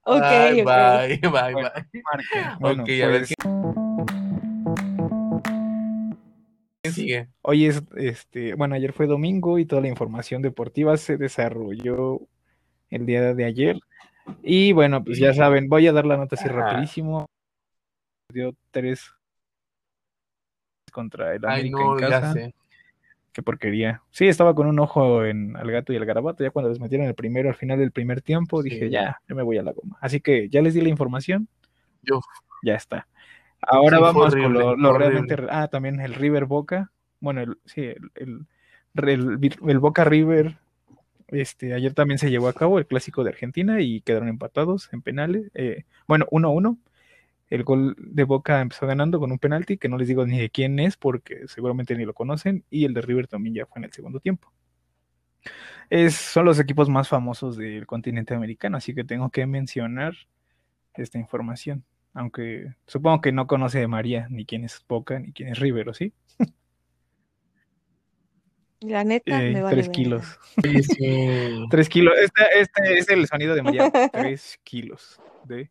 S2: Ok,
S3: Ay,
S2: ok.
S3: bye, bye,
S1: Bueno,
S3: bye.
S1: Marco. Bueno,
S3: Ok, a ver
S1: pues,
S3: qué sigue.
S1: Hoy es, este, bueno, ayer fue domingo y toda la información deportiva se desarrolló el día de ayer. Y bueno, pues ya saben, voy a dar la nota así
S3: Ajá.
S1: rapidísimo. Dio tres contra el
S3: Ay,
S1: América
S3: no,
S1: en
S3: ya
S1: casa.
S3: sé.
S1: Qué porquería. Sí, estaba con un ojo en al gato y al garabato. Ya cuando les metieron el primero al final del primer tiempo,
S3: Sí.
S1: dije, ya, yo me voy a la goma. Así que ya les di la información.
S3: Yo.
S1: Ya está. Ahora
S3: Pues Sí, fue
S1: vamos
S3: horrible,
S1: con lo, lo
S3: horrible.
S1: realmente. re- Ah, también el River Boca. Bueno, el, sí, el, el- el- el Boca River. Este, ayer también se llevó a cabo el clásico de Argentina y quedaron empatados en penales. eh, bueno, 1-1. El gol de Boca empezó ganando con un penalti que no les digo ni de quién es porque seguramente ni lo conocen. Y el de River también ya fue en el segundo tiempo. Es, son los equipos más famosos del continente americano, así que tengo que mencionar esta información. Aunque supongo que no conoce de María, ni quién es Boca, ni quién es River, ¿o sí?
S2: La neta,
S1: Eh,
S2: Ah, me vale
S1: tres
S2: verga.
S1: kilos.
S3: Oye, sí.
S1: Tres kilos. Este, este es el sonido de María. Tres kilos de...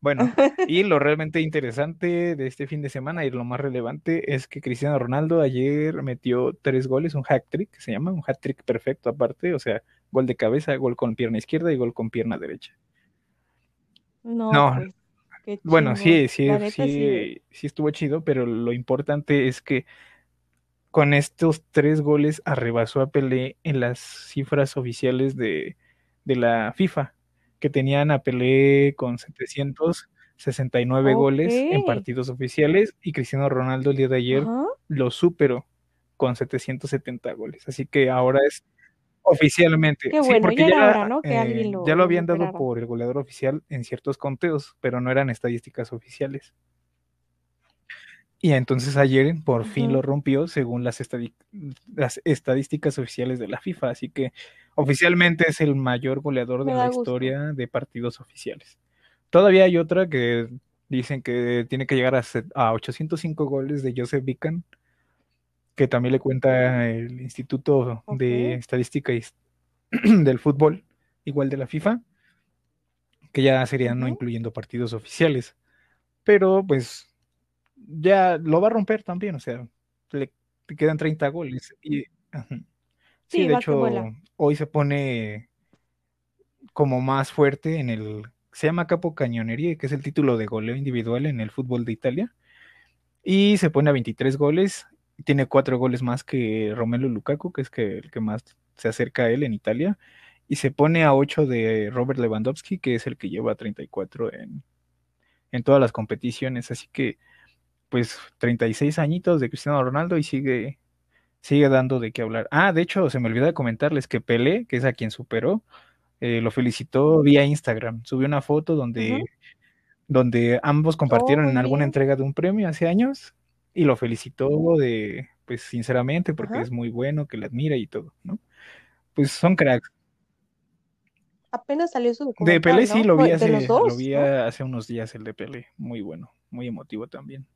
S1: Bueno, y lo realmente interesante de este fin de semana y lo más relevante es que Cristiano Ronaldo ayer metió tres goles, un hat-trick, que se llama, un hat-trick perfecto aparte, o sea, gol de cabeza, gol con pierna izquierda y gol con pierna derecha.
S2: No,
S1: No.
S2: pues, qué
S1: Bueno,
S2: chingón.
S1: sí, sí,
S2: La neta,
S1: sí,
S2: sí.
S1: sí estuvo chido, pero lo importante es que con estos tres goles arrebasó a Pelé en las cifras oficiales de, de la FIFA, que tenían a Pelé con 769 goles en
S2: Ok.
S1: partidos oficiales y Cristiano Ronaldo el día de ayer
S2: Ajá.
S1: lo superó con 770 goles. Así que ahora es oficialmente.
S2: Qué
S1: sí,
S2: bueno,
S1: porque ya,
S2: ya era hora, ¿no? Que alguien
S1: eh,
S2: lo-
S1: ya lo
S2: lo
S1: habían dado
S2: superara.
S1: por el goleador oficial en ciertos conteos, pero no eran estadísticas oficiales. Y entonces ayer por fin
S2: Ujú.
S1: lo rompió según las, estadi- las estadísticas oficiales de la FIFA. Así que oficialmente es el mayor goleador
S2: Me
S1: de
S2: da
S1: la
S2: gusto.
S1: historia de partidos oficiales. Todavía hay otra que dicen que tiene que llegar a, se- a 805 goles de Joseph Bican, que también le cuenta el Instituto de
S2: Ok.
S1: Estadística y Est- del Fútbol, igual de la FIFA, que ya serían no
S2: Ujú.
S1: incluyendo partidos oficiales. Pero pues ya lo va a romper también, o sea, le te quedan 30 goles. Y, ajá. Sí,
S2: Sí,
S1: de
S2: va que
S1: hecho,
S2: vuela.
S1: hoy se pone como más fuerte en el, se llama Capo Cañonería, que es el título de goleo individual en el fútbol de Italia, y se pone a 23 goles, tiene cuatro goles más que Romelu Lukaku, que es que, el que más se acerca a él en Italia, y se pone a 8 de Robert Lewandowski, que es el que lleva 34 en, en todas las competiciones, así que pues 36 añitos de Cristiano Ronaldo y sigue sigue dando de qué hablar. Ah, de hecho, se me olvidó de comentarles que Pelé, que es a quien superó, eh, lo felicitó vía Instagram. Subió una foto donde,
S2: Ujú.
S1: donde ambos compartieron
S2: muy
S1: en alguna
S2: bien.
S1: entrega de un premio hace años y lo felicitó de, pues sinceramente, porque
S2: Ajá.
S1: es muy bueno, que le admira y todo, ¿no? Pues son cracks.
S2: Apenas salió su
S1: De
S2: documental,
S1: Pelé sí
S2: ¿no?
S1: lo vi
S2: Fue de
S1: hace,
S2: los
S1: lo
S2: dos,
S1: vi
S2: ¿no?
S1: hace unos días el de Pelé. Muy bueno, muy emotivo también.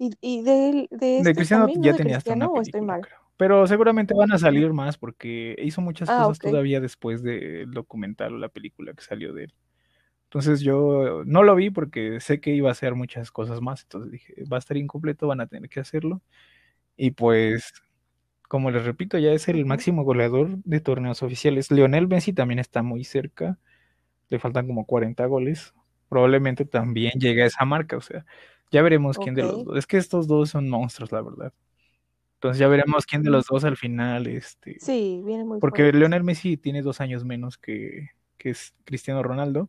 S2: Y, y de, de
S1: De
S2: estos
S1: Cristiano
S2: Este, también, ¿no?
S1: ya
S2: De
S1: tenía hasta una
S2: Cristiano, ¿o estoy
S1: película,
S2: mal?
S1: creo. Pero seguramente van a salir más porque hizo muchas
S2: Ah,
S1: cosas
S2: ok.
S1: todavía después del documental o la película que salió de él. Entonces yo no lo vi porque sé que iba a hacer muchas cosas más. Entonces dije, va a estar incompleto, van a tener que hacerlo. Y pues, como les repito, ya es el
S2: Ujú.
S1: máximo goleador de torneos oficiales. Lionel Messi también está muy cerca. Le faltan como 40 goles. Probablemente también llegue a esa marca. O sea, ya veremos quién de los
S2: Ok.
S1: dos. Es que estos dos son monstruos, la verdad. Entonces ya veremos quién de los dos al final, este,
S2: Mm. Sí, viene muy
S1: porque
S2: fuerte.
S1: Lionel Messi tiene dos años menos que, que es Cristiano Ronaldo.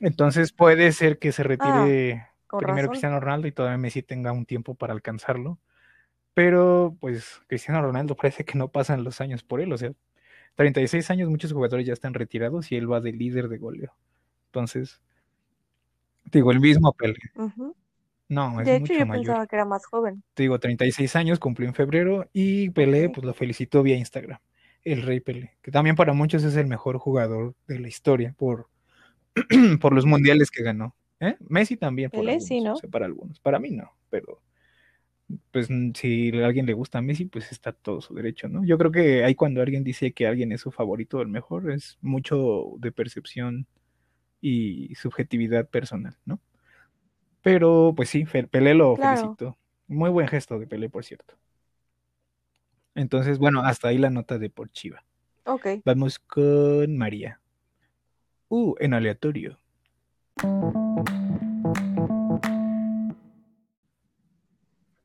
S1: Entonces puede ser que se
S2: Ah.
S1: retire
S2: Con
S1: primero
S2: razón.
S1: Cristiano Ronaldo y todavía Messi tenga un tiempo para alcanzarlo. Pero pues Cristiano Ronaldo parece que no pasan los años por él. O sea, 36 años, muchos jugadores ya están retirados y él va de líder de goleo. Entonces, digo, el mismo Pelé.
S2: Ujú.
S1: No, es
S2: De hecho,
S1: mucho
S2: yo
S1: mayor.
S2: pensaba que era más joven.
S1: te digo, 36 años, cumplió en febrero y Pelé,
S2: Ok.
S1: pues lo felicitó vía Instagram, el Rey Pelé, que también para muchos es el mejor jugador de la historia por, por los mundiales que ganó. ¿eh? Messi también por
S2: Pelé sí,
S1: algunos, o
S2: ¿no?
S1: sea, para algunos, para mí no, pero pues mm, si a alguien le gusta Messi, pues está todo su derecho, ¿no? Yo creo que ahí cuando alguien dice que alguien es su favorito o el mejor, es mucho de percepción y subjetividad personal, ¿no? Pero pues sí, Fe- Pelé lo
S2: Claro.
S1: felicitó. Muy buen gesto de Pelé, por cierto. Entonces, bueno, hasta ahí la nota deportiva.
S2: Ok.
S1: Vamos con María. Uh, en aleatorio.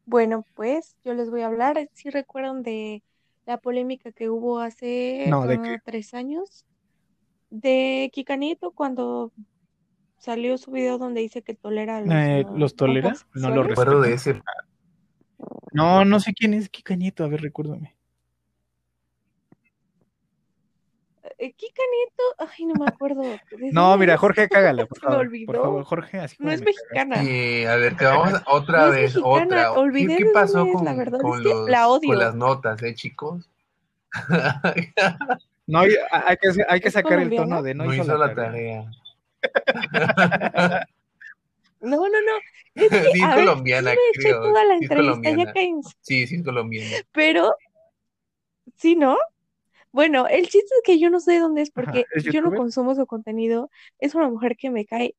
S2: Bueno, pues yo les voy a hablar. Si recuerdan de la polémica que hubo hace
S1: No, ¿de
S2: ah,
S1: qué?
S2: tres años de Kika Nieto cuando salió su video donde dice que tolera a los,
S1: Eh,
S2: ah,
S1: ¿los tolera? No lo
S2: homosexuales.
S3: Recuerdo de ese.
S1: No, no sé quién es Kika Nieto, a ver, recuérdame.
S2: Eh, Kika Nieto, ay, no me acuerdo. ¿De
S1: No,
S2: dónde
S1: mira,
S2: es?
S1: Jorge, cágala, por
S2: Se me
S1: favor. Por
S2: olvidó.
S1: favor, Jorge, así
S2: No
S1: como
S2: es
S1: me
S2: mexicana.
S3: Eh, a ver, que vamos a- otra
S2: No es
S3: vez,
S2: mexicana,
S3: otra. ¿Qué-
S2: olvidé
S3: ¿Qué,
S2: de
S3: pasó
S2: dónde es,
S3: con,
S2: la verdad
S3: con
S2: es que
S3: los-
S2: la odio.
S3: con las notas, eh, chicos?
S1: cagas. No, hay, hay que, hacer- hay que
S2: ¿Es
S1: sacar el
S2: colombiana?
S1: tono de
S3: No,
S1: no,
S3: hizo, la tarea.
S2: No, no, no. Es que,
S3: Sí,
S2: a ver,
S3: colombiana,
S2: sí me eché
S3: creo.
S2: toda la
S3: Sí,
S2: entrevista,
S3: colombiana.
S2: ya cállense.
S3: Sí, sí, es colombiana.
S2: Pero, ¿sí, no? Bueno, el chiste es que yo no sé dónde es
S1: Ajá,
S2: porque
S1: ¿es
S2: yo no
S1: youtuber?
S2: consumo su contenido. Es una mujer que me cae,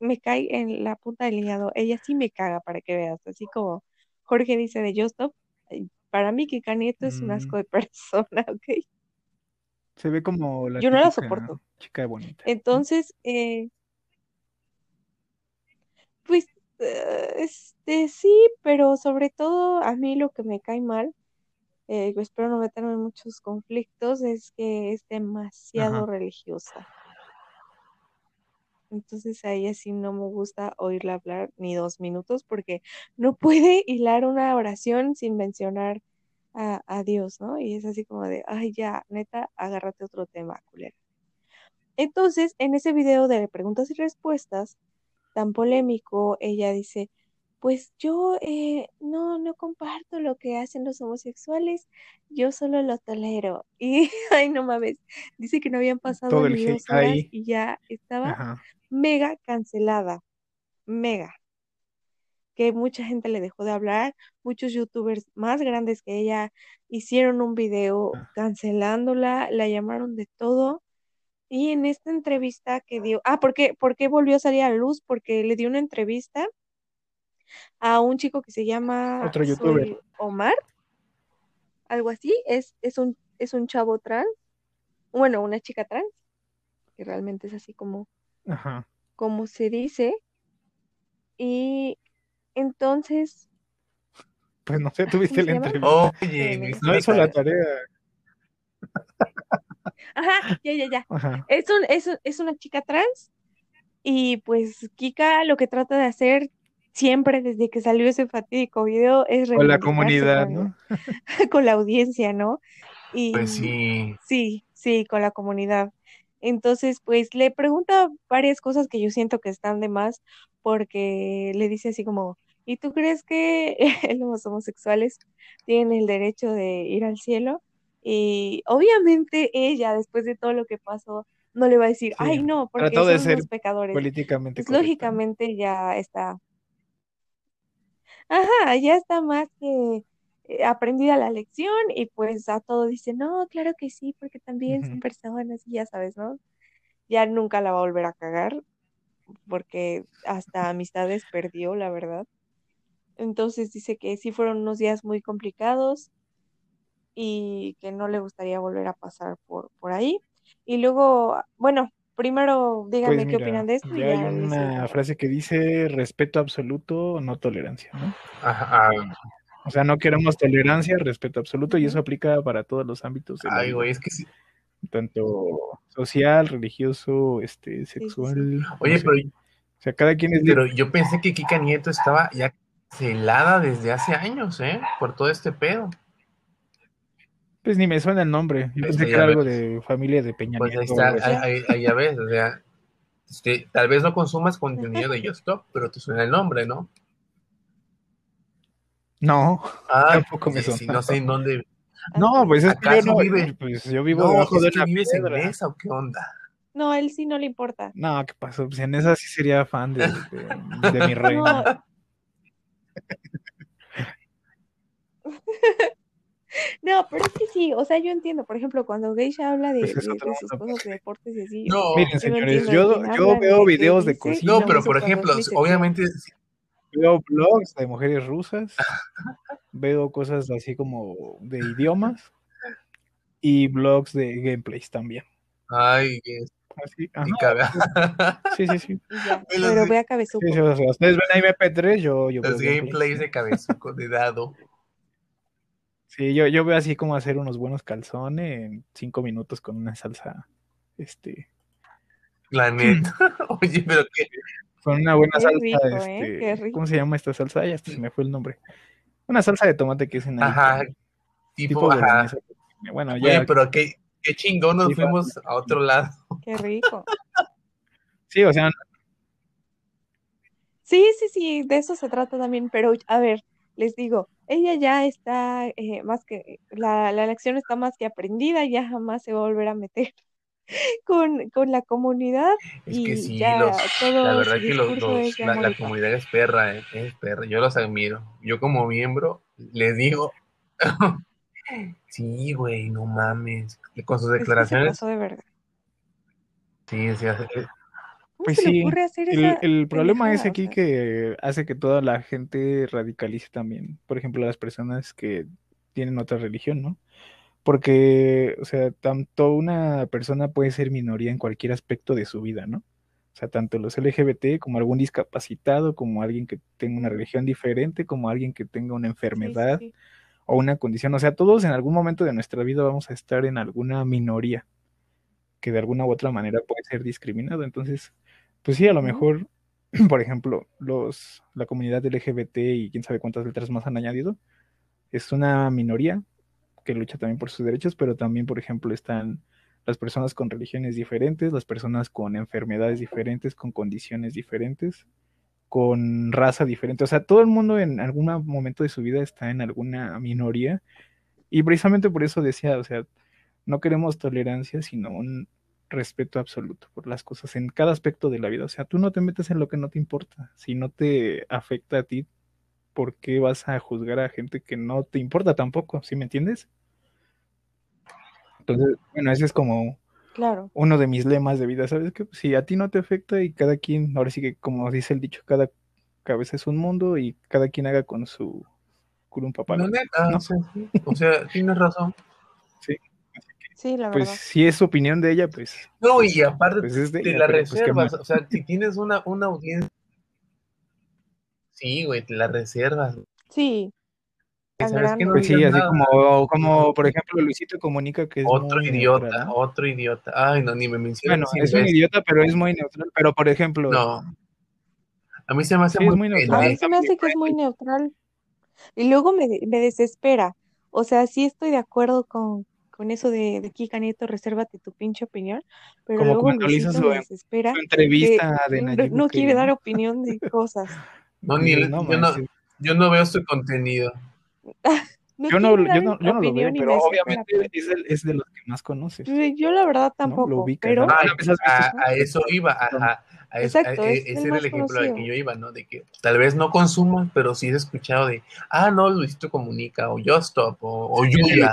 S2: me cae en la punta del hígado. Ella sí me caga, para que veas. Así como Jorge dice de Justop, para mí Kika Nieto es un
S1: Mm.
S2: asco de persona, ¿ok?
S1: Se ve como la
S2: Yo no la
S1: típica
S2: soporto.
S1: chica bonita.
S2: Entonces, eh, Pues, eh, este, sí, pero sobre todo a mí lo que me cae mal, eh, yo espero no meterme en muchos conflictos, es que es demasiado
S1: Ajá.
S2: religiosa. Entonces a ella sí no me gusta oírla hablar ni dos minutos porque no puede hilar una oración sin mencionar a, a Dios, ¿no? Y es así como de, ay, ya, neta, agárrate otro tema, culera. Entonces, en ese video de preguntas y respuestas, tan polémico, ella dice, pues yo eh, no, no comparto lo que hacen los homosexuales, yo solo lo tolero. Y, ay, no mames, dice que no habían pasado
S1: Mm, Todo el
S2: ni
S1: hate
S2: dos horas
S1: ahí.
S2: y ya estaba
S1: Ajá.
S2: mega cancelada, mega. Que mucha gente le dejó de hablar, muchos youtubers más grandes que ella hicieron un video
S1: Ah.
S2: cancelándola, la llamaron de todo. Y en esta entrevista que dio, ah, ¿por qué, por qué volvió a salir a la luz? Porque le dio una entrevista a un chico que se llama
S1: Otro youtuber.
S2: Soy Omar, algo así, es, es un, es un chavo trans, bueno, una chica trans, que realmente es así como,
S1: Ajá.
S2: como se dice, y entonces,
S1: Pues no sé,
S2: ¿Cómo
S1: tuviste
S2: se
S1: la
S2: llama?
S1: entrevista.
S3: Oye, no hizo
S1: No
S3: la
S1: hizo la
S3: tarea.
S1: tarea.
S2: ajá, ya, ya, ya,
S1: Ajá.
S2: es un, es un- es una chica trans, y pues Kika lo que trata de hacer siempre desde que salió ese fatídico video es
S1: O la
S2: reivindicarse
S1: comunidad,
S2: con-
S1: ¿no?
S2: con la audiencia, ¿no? Y
S3: Pues sí.
S2: sí, sí, con la comunidad. Entonces, pues le pregunta varias cosas que yo siento que están de más, porque le dice así como, ¿y tú crees que los homosexuales tienen el derecho de ir al cielo? Y obviamente ella, después de todo lo que pasó, no le va a decir,
S1: Sí.
S2: ay, no, porque
S1: Trató de
S2: son
S1: ser
S2: unos pecadores.
S1: Políticamente
S2: Pues
S1: correcta. ¿no?
S2: lógicamente ya está. Ajá, ya está más que eh, aprendida la lección y pues a todo dice, no, claro que sí, porque también son
S1: Ujú.
S2: personas y ya sabes, ¿no? Ya nunca la va a volver a cagar porque hasta amistades perdió, la verdad. Entonces dice que sí fueron unos días muy complicados y que no le gustaría volver a pasar por, por ahí. Y luego, bueno, primero
S1: Pues
S2: díganme qué
S1: mira,
S2: opinan de esto y
S1: ya hay
S2: ya este. les digo.
S1: una frase que dice respeto absoluto, no tolerancia, ¿no?
S3: Ajá, ah,
S1: O sea, no queremos tolerancia, respeto absoluto, y
S2: Ujú.
S1: eso aplica para todos los ámbitos de la
S3: Ay,
S1: vida,
S3: güey, es que sí.
S1: tanto social, religioso, este,
S2: sí.
S1: sexual, no
S3: Oye,
S1: sé.
S3: pero,
S1: O sea, cada quien es libre.
S3: pero yo pensé que Kika Nieto estaba ya cancelada desde hace años, ¿eh? Por todo este pedo.
S1: Pues ni me suena el nombre. Yo
S3: Pues
S1: pensé
S3: ahí
S1: que era
S3: a ver.
S1: algo de familia de Peña
S3: Pues ahí
S1: Nieto o algo
S3: está, ahí,
S1: así.
S3: ahí- ahí ya ves, o sea, este, tal vez no consumas contenido de Yostop, pero te suena el nombre, ¿no?
S1: No,
S3: Ah,
S1: tampoco me
S3: sí, sí,
S1: suena.
S3: no sé en dónde.
S1: No,
S2: Así
S1: pues
S2: es.
S1: es que yo
S3: ¿Acaso
S1: no,
S3: vive?
S1: pues yo vivo
S3: No,
S1: debajo
S3: es
S1: de
S3: que
S1: una
S3: vives en
S1: piedra.
S3: esa o qué onda.
S2: No, a él sí no le importa.
S1: No, ¿qué pasó? Pues en esa sí sería fan de, de- de mi
S2: No,
S1: reina.
S2: No, pero es que sí, o sea, yo entiendo, por ejemplo, cuando Geisha habla de,
S1: Pues es
S2: de-
S1: otro
S2: de sus
S1: mundo.
S2: cosas de deportes y así,
S3: No,
S1: Miren,
S2: yo no
S1: señores,
S2: entiendo de
S1: yo,
S2: quién
S1: yo
S2: habla ni
S1: veo
S2: de qué
S1: videos de
S2: dice, y
S1: cocina,
S3: no,
S2: lo
S3: pero
S2: mismo
S3: por
S2: cuando
S3: ejemplo,
S2: es mi sección.
S3: obviamente,
S1: veo blogs de mujeres rusas, veo cosas así como de idiomas y blogs de gameplays también.
S3: ay, es-
S1: así, ajá.
S3: Y caga.
S1: Sí, sí, sí.
S2: y ya.
S3: Los-
S2: Pero ve a
S1: Sí,
S2: Cabezuco.
S1: sí, o sea, ustedes ven ahí MP3, yo, yo veo
S3: Los gameplays de cabezuco, de dado.
S1: Sí, yo, yo veo así como hacer unos buenos calzones en cinco minutos con una salsa, este,
S3: La neta.
S1: Mm.
S3: Oye, pero qué.
S1: con una buena
S2: Qué
S1: salsa,
S2: rico, ¿eh?
S1: este,
S2: Qué rico.
S1: ¿cómo se llama esta salsa? Ya hasta se me fue el nombre. Una salsa de tomate que es en
S3: Ajá. Tipo,
S1: tipo
S3: ajá.
S1: boloñesa. Bueno,
S3: Oye,
S1: ya,
S3: pero qué, qué chingón nos
S1: Sí, va.
S3: fuimos a otro lado.
S2: Qué rico.
S1: sí, o sea,
S2: Sí, sí, sí, de eso se trata también, pero a ver, les digo, ella ya está eh, más que, la, la lección está más que aprendida, ya jamás se va a volver a meter con, con la comunidad
S3: Es
S2: y
S3: que sí,
S2: ya
S3: los,
S2: todo
S3: la
S2: su
S3: verdad que los,
S2: discurso
S3: los-
S2: es de
S3: la,
S2: amor
S3: la
S2: y paz.
S3: comunidad es perra, eh, es perra. Yo los admiro. Yo como miembro les digo, sí, güey, no mames. Y Con sus
S2: Es que se
S3: declaraciones,
S2: pasó de verdad.
S3: sí, sí, hace- eh,
S2: ¿Cómo
S1: Pues
S2: se le
S1: sí,
S2: ocurre hacer
S1: El,
S2: esa
S1: el problema es
S2: pendejada? O
S1: aquí
S2: sea,
S1: que hace que toda la gente radicalice también. Por ejemplo, las personas que tienen otra religión, ¿no? Porque, o sea, tanto una persona puede ser minoría en cualquier aspecto de su vida, ¿no? O sea, tanto los LGBT como algún discapacitado, como alguien que tenga una
S2: Ujú.
S1: religión diferente, como alguien que tenga una
S2: sí, sí,
S1: enfermedad
S2: sí.
S1: o una condición. O sea, todos en algún momento de nuestra vida vamos a estar en alguna minoría que de alguna u otra manera puede ser discriminado. Entonces, pues sí, a lo
S2: Ujú.
S1: mejor, por ejemplo, los, la comunidad LGBT y quién sabe cuántas letras más han añadido, es una minoría que lucha también por sus derechos, pero también, por ejemplo, están las personas con religiones diferentes, las personas con enfermedades diferentes, con condiciones diferentes, con raza diferente. O sea, todo el mundo en algún momento de su vida está en alguna minoría. Y precisamente por eso decía, o sea, no queremos tolerancia, sino un respeto absoluto por las cosas en cada aspecto de la vida. O sea, tú no te metes en lo que no te importa. Si no te afecta a ti, ¿por qué vas a juzgar a gente que no te importa tampoco? ¿Sí me entiendes? Entonces, bueno, ese es como
S2: Claro,
S1: uno de mis lemas de vida, ¿sabes? Que si a ti no te afecta y cada quien, ahora sí que como dice el dicho, cada cabeza es un mundo y cada quien haga con su culo un papá.
S3: la neta,
S1: No.
S3: o sea, sí. O sea, tienes razón.
S2: sí, la
S1: Pues
S2: verdad.
S1: si es su opinión de ella, pues,
S3: No, y aparte
S1: pues es de
S3: te
S1: ella,
S3: la
S1: pero, pues, ¿qué
S3: reservas,
S1: más?
S3: o sea, si tienes una, una audiencia, sí, güey, te la reservas.
S2: Sí, tan
S3: ¿Sabes
S2: grande.
S3: qué? No
S1: Pues sí,
S3: digas
S1: así
S3: nada.
S1: como, como por ejemplo Luisito comunica que es
S3: Otro
S1: muy
S3: idiota,
S1: neutral, ¿no?
S3: otro idiota. Ay, no, ni me menciones.
S1: Bueno,
S3: cien
S1: es un
S3: veces.
S1: idiota, pero es muy neutral. Pero por ejemplo,
S3: No, a mí se me hace
S1: Pues,
S3: ¿eh?
S1: sí es muy
S2: A
S1: neutral.
S2: mí
S3: pendejo.
S2: se me hace que es muy neutral. Y luego me, de- me desespera. O sea, sí estoy de acuerdo con, con eso de, de Kika Nieto, resérvate tu pinche opinión, pero
S1: Como
S2: luego
S1: cuando le hizo
S2: Luisito
S1: su,
S2: me desespera
S1: su
S2: que
S1: entrevista de
S2: Eh, no,
S1: Nayib
S2: no quiere
S1: Bukele,
S2: dar
S1: ¿no?
S2: opinión de cosas.
S3: No, ni,
S1: Dices, no,
S3: yo,
S1: man,
S3: no,
S1: sí.
S3: yo no veo su contenido.
S2: No
S1: yo
S2: quiere
S1: no, yo
S2: dar
S1: no, yo no lo veo,
S2: opinión pues. y
S1: pero
S2: me desespera.
S1: obviamente es, el- es de los que más conoces,
S2: Pues, Yo la verdad
S1: ¿no? Lo
S2: tampoco,
S1: ubicas,
S2: pero
S1: ¿no?
S3: Ah,
S1: Tal vez has visto
S3: a,
S1: su-
S3: a eso iba, ajá. A eso, a-
S2: Exacto, es
S3: e-
S2: el
S3: ese era el
S2: más
S3: ejemplo al que
S2: conocido.
S3: yo iba, ¿no? De que tal vez no consumas, pero sí has escuchado de, ah, no, Luisito Comunica, o Justop, o, o Yuya,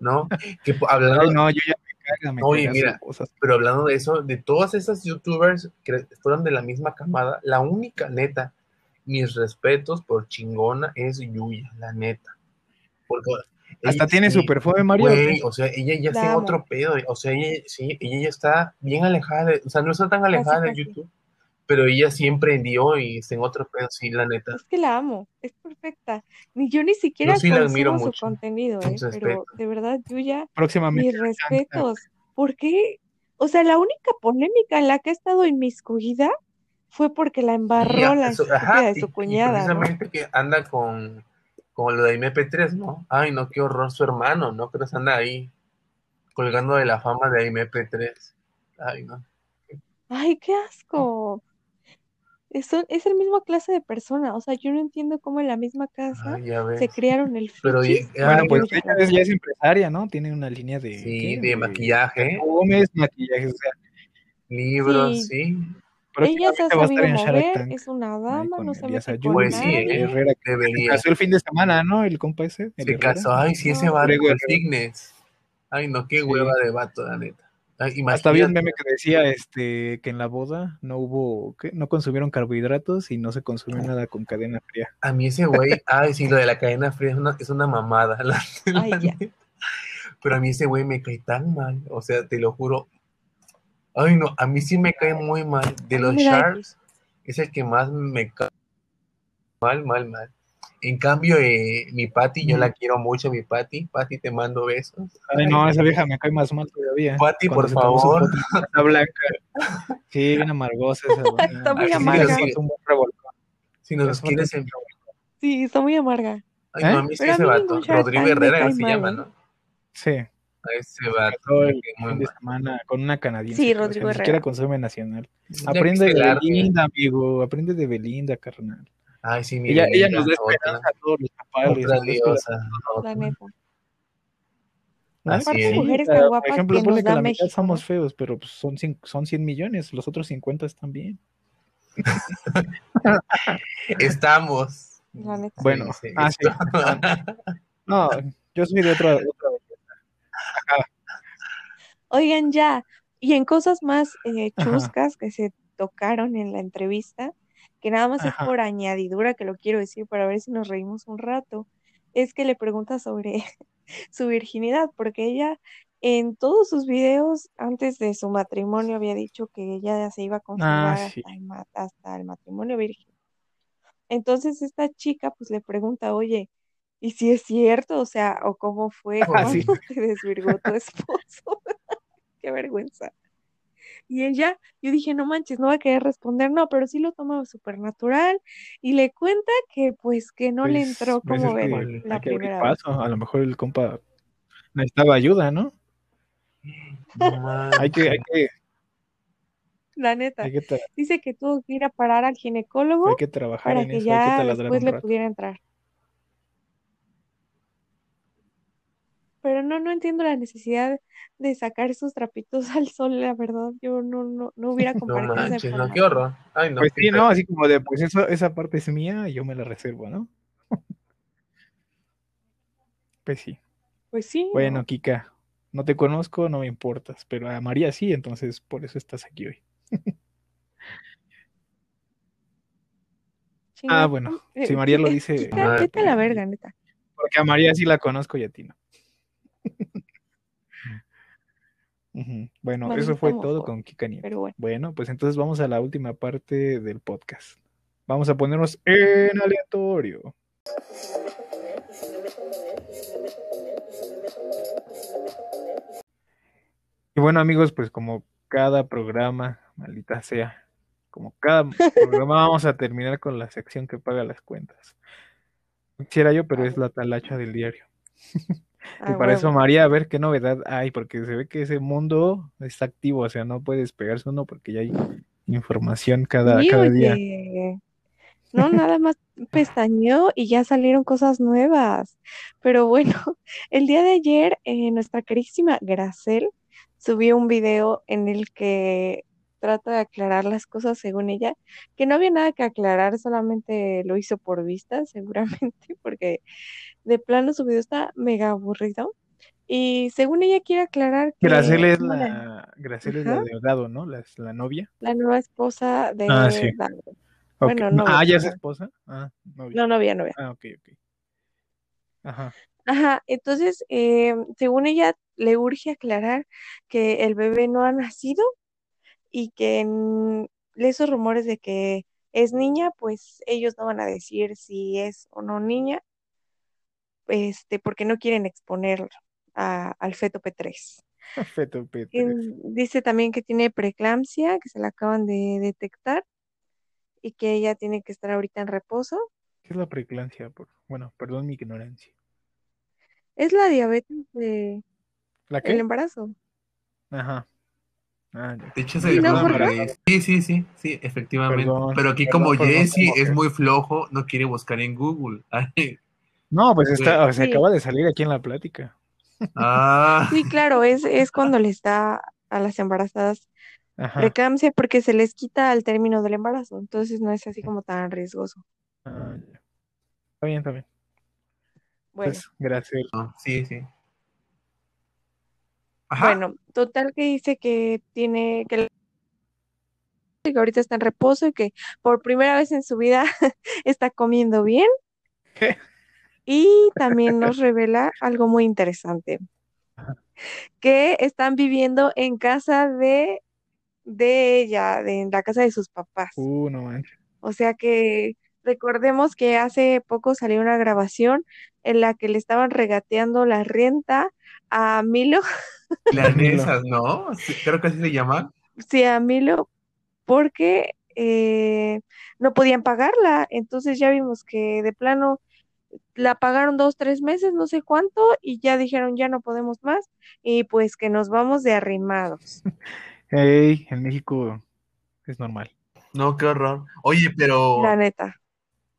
S3: ¿no? Que po-
S1: Ay,
S3: hablando,
S1: no, yo ya me caga, me
S3: Oye,
S1: caga
S3: mira,
S1: su cosa.
S3: pero hablando de eso, de todas esas youtubers que fueron de la misma camada, la única neta, mis respetos por chingona es Yuya, la neta. Porque
S1: Hasta
S3: ella
S1: tiene
S3: sí,
S1: su perfume Mario.
S3: güey, o sea, ella ya está
S2: La
S3: en
S2: amo.
S3: otro pedo, o sea, ella sí, ella ya está bien alejada, de- o sea, no está tan
S2: Casi,
S3: alejada de
S2: casi.
S3: YouTube, pero ella sí emprendió y está en otro pedo, sí, la neta.
S2: Es que la amo, es perfecta. Ni yo ni
S3: Yo
S2: siquiera
S3: sí la admiro
S2: consumo su
S3: mucho,
S2: contenido,
S3: mis
S2: ¿eh? Pero
S3: respetos.
S2: de verdad, Yuya,
S1: Próximamente
S2: mis
S1: va a cantar.
S2: respetos. ¿Por qué? O sea, la única polémica en la que ha estado inmiscuida fue porque la
S3: Y,
S2: embarró
S3: a-
S2: la
S3: eso- ajá,
S2: estúpida de
S3: y,
S2: su
S3: y
S2: cuñada, ¿no?
S3: precisamente que anda con, con lo de MP3, ¿no? Ay, no, qué horror su hermano, ¿no? Pero se anda ahí colgando de la fama de MP3. Ay, no.
S2: Ay, qué asco. Es, un- es el mismo clase de persona. O sea, yo no entiendo cómo en la misma casa
S3: Ay, ya
S2: se
S3: ves.
S2: criaron el
S3: Pero, y-
S2: frichis y
S1: Bueno,
S3: ay,
S1: pues
S2: luego
S3: no.
S2: se
S1: ella es, ya es
S2: casaron.
S1: empresaria, ¿no? Tiene una línea de,
S3: Sí,
S1: ¿qué?
S3: de
S1: De
S3: maquillaje,
S1: perfumes, maquillajes, o sea,
S3: libros,
S2: Sí,
S3: sí.
S2: ella se ha
S1: próximamente va a estar
S2: sabido
S1: en Shark
S2: mover,
S1: Tank,
S2: es una
S1: ahí
S2: dama, no
S1: con
S2: se
S1: Elías
S2: mete con
S1: Ayun
S3: Pues sí,
S1: y
S2: nadie.
S3: ¿eh?
S1: Herrera, que se
S3: Debería.
S1: casó el fin de semana, ¿no? El compa ese, el
S3: Se
S1: Herrera.
S3: casó. Ay, sí, ese
S2: No,
S3: vato,
S1: Rodrigo
S3: el
S1: Herrera.
S3: Fitness. Ay, no, qué
S1: Sí.
S3: hueva de vato, la neta. Ay,
S1: Hasta había un
S3: imagínate.
S1: meme que decía este que en la boda no hubo, ¿qué? no consumieron carbohidratos y no se consumió nada con cadena fría.
S3: A mí ese güey, ay, sí, lo de la cadena fría es una, es una mamada, la-
S2: ay,
S3: la
S2: ya.
S3: neta. Pero a mí ese güey me cae tan mal, o sea, te lo juro. Ay, no, a mí sí me cae muy mal. De los
S2: Mira,
S3: Sharks, es el que más me cae mal, mal, mal. En cambio, eh, mi Patty, yo
S1: Mm.
S3: la quiero mucho, mi Patty. Patty, te mando besos.
S1: Ay, no, esa vieja me cae más mal todavía.
S3: Pati,
S1: Cuando
S3: por
S1: se tomó su
S3: favor.
S1: foto en Casa blanca. Sí, bien amargosa esa. güey.
S2: Está muy
S1: Así
S2: amarga.
S1: le falta un buen revolcón.
S3: Si nos
S1: Las
S3: quieres
S1: fotos-
S3: en-
S2: Sí, está muy amarga.
S3: Ay,
S1: ¿Eh?
S3: no, a mí es que
S2: Pero a
S3: ese
S2: mí
S3: vato.
S2: ningún Shark
S3: Rodrigo
S2: Tank me
S3: Herrera
S2: cae
S3: se
S2: mal,
S3: llama,
S2: ¿eh?
S3: ¿no?
S1: Sí,
S3: A ese vato.
S1: todo el
S3: que muy
S1: fin de
S3: mal.
S1: semana con una canadiense.
S2: Sí,
S1: que, o sea,
S2: Rodrigo
S1: Ni siquiera
S2: Herrera.
S1: consume nacional.
S3: Ya
S1: Aprende de
S3: viste el arte.
S1: Belinda, amigo. Aprende de Belinda, carnal.
S3: Ay, sí, mira.
S1: Ella, ella nos da
S3: otra-
S1: esperanza a todos los papás. les
S3: Otra,
S1: da esperanza.
S3: diosa. otra.
S2: La neta.
S1: ¿No?
S3: Así
S1: Porque
S3: es.
S1: sí,
S2: Mujeres
S1: o sea,
S2: tan guapas
S1: Por ejemplo,
S2: que
S1: ponle
S2: nos
S1: que
S2: da
S1: la mitad
S2: México,
S1: somos
S2: ¿no?
S1: feos, pero pues, son, cin- son 100 millones. Los otros 50 están bien.
S3: Estamos.
S2: La neta.
S1: Bueno,
S3: Sí, sí,
S1: ah, sí. No, yo soy de otra. otra
S2: Oigan, ya. Y en cosas más eh,
S1: Ajá.
S2: chuscas que se tocaron en la entrevista, que nada más
S1: Ajá.
S2: es por añadidura que lo quiero decir para ver si nos reímos un rato, es que le pregunta sobre su virginidad, porque ella en todos sus videos antes de su matrimonio había dicho que ella se iba a consagrar
S1: Ah, sí.
S2: hasta el ma- hasta el matrimonio virgen. Entonces esta chica pues le pregunta, oye, ¿y si es cierto? O sea, ¿o cómo fue?
S3: Ah,
S1: sí.
S2: ¿Cuándo te desvirgó tu esposo? Qué vergüenza. Y ella, yo dije, no manches, no va a querer responder, no, pero sí lo toma súper natural y le cuenta que pues que no le
S1: Pues,
S2: entró
S1: pues,
S2: como
S1: es que
S2: ven
S3: ven,
S1: hay
S2: la
S1: que abrir
S2: primera vez.
S1: paso. A lo mejor el compa necesitaba ayuda, ¿no?
S3: No manches.
S1: Hay que, hay que,
S2: La neta,
S1: hay que, tra-
S2: dice que tuvo que ir a parar al ginecólogo
S1: hay que trabajar
S2: Uh, para
S1: en
S2: que
S1: eso, hay que
S2: ya
S1: taladrar
S2: después
S1: un
S2: le
S1: rato.
S2: pudiera entrar. Pero no, no entiendo la necesidad de sacar esos trapitos al sol, la verdad, yo no, no, no hubiera
S3: No
S2: compartido esa
S3: manches, no, qué
S2: información.
S3: horror. Ay, no.
S1: Pues
S3: qué
S1: sí,
S3: feo.
S1: ¿no? Así como de, pues eso, esa parte es mía y yo me la reservo, ¿no? Pues sí.
S2: Pues sí,
S1: Bueno,
S2: no.
S1: Kika, no te conozco, no me importas, pero a María sí, entonces por eso estás aquí hoy. Ah,
S2: Chinga tú,
S1: bueno,
S2: eh,
S1: si María
S2: qui-
S1: lo
S2: eh,
S1: dice,
S2: quita,
S3: Ah,
S2: quita la verga, neta.
S1: porque a María sí la conozco y a ti no. Ujú. Bueno, eso
S2: Maldita
S1: fue todo
S2: homofobia,
S1: con Kika Nieto.
S2: pero bueno.
S1: Bueno, pues entonces vamos a la última parte del podcast. Vamos a ponernos en aleatorio. Y bueno, amigos, pues como cada programa, maldita sea, como cada programa vamos a terminar con la sección que paga las cuentas. Quisiera yo, pero es la talacha del diario.
S2: Ah,
S1: y para eso,
S2: huevo.
S1: María, a ver qué novedad hay, porque se ve que ese mundo está activo, o sea, no puede despegarse uno porque ya hay información cada,
S2: Sí,
S1: cada día.
S2: oye. No, nada más pestañeó y ya salieron cosas nuevas. Pero bueno, el día de ayer eh, nuestra queridísima Gracel subió un video en el que trata de aclarar las cosas según ella, que no había nada que aclarar, solamente lo hizo por vista, seguramente, porque de plano su video está mega aburrido. Y según ella quiere aclarar que
S1: Gracela es
S2: tuvo la,
S1: la, Gracela es la
S2: Ajá.
S1: Delgado, ¿no? La, la novia.
S2: la nueva esposa de
S1: Ah, sí.
S2: Dante.
S1: Ok.
S2: Bueno, novia,
S1: Ah, ya es
S2: perdón.
S1: esposa. Ah, novia.
S2: No, novia, novia.
S1: Ah, ok, ok. Ajá.
S2: Ajá, entonces, eh, según ella, le urge aclarar que el bebé no ha nacido y que mm, esos rumores de que es niña, pues ellos no van a decir si es o no niña, este, porque no quieren exponer a- al feto P3.
S1: Feto P3.
S2: En- Dice también que tiene preeclampsia, que se la acaban de detectar y que ella tiene que estar ahorita en reposo.
S1: ¿Qué es la preeclampsia? Por... Bueno, perdón mi ignorancia.
S2: Es la diabetes de-
S1: ¿La
S2: del
S1: qué?
S2: embarazo.
S1: Ajá. Ah, ya.
S3: De hecho,
S1: Sí,
S3: se
S2: no,
S3: llama
S2: ¿por qué?
S3: María. Sí, sí, sí, sí, efectivamente.
S1: Perdón,
S3: Pero aquí
S1: perdón
S3: como
S1: por no
S3: Jesse es
S1: conocer.
S3: muy flojo, no quiere buscar en Google. Ay,
S1: No, pues está, o sea,
S2: Sí.
S1: acaba de salir aquí en la plática.
S3: ah,
S2: Sí, claro, es, es cuando les da a las embarazadas
S1: Ajá.
S2: preeclampsia porque se les quita al término del embarazo, entonces no es así como tan riesgoso.
S1: Ah, ya. Está bien, está bien.
S2: Bueno,
S1: Pues, gracias.
S3: no, sí, sí. Ajá.
S2: bueno, total que dice que tiene que, la- que ahorita está en reposo y que por primera vez en su vida está comiendo bien y también nos revela algo muy interesante, que están viviendo en casa de de ella, de en la casa de sus papás.
S1: Uh, no manches.
S2: O sea que recordemos que hace poco salió una grabación en la que le estaban regateando la renta a Milo,
S3: Las mesas, ¿no? Sí, Creo que así se llaman.
S2: sí, a Milo, porque eh, no podían pagarla. Entonces ya vimos que de plano la pagaron dos, tres meses, no sé cuánto, y ya dijeron ya no podemos más, y pues que nos vamos de arrimados.
S1: Ey, en México es normal.
S3: No, qué horror. Oye, pero
S2: La neta.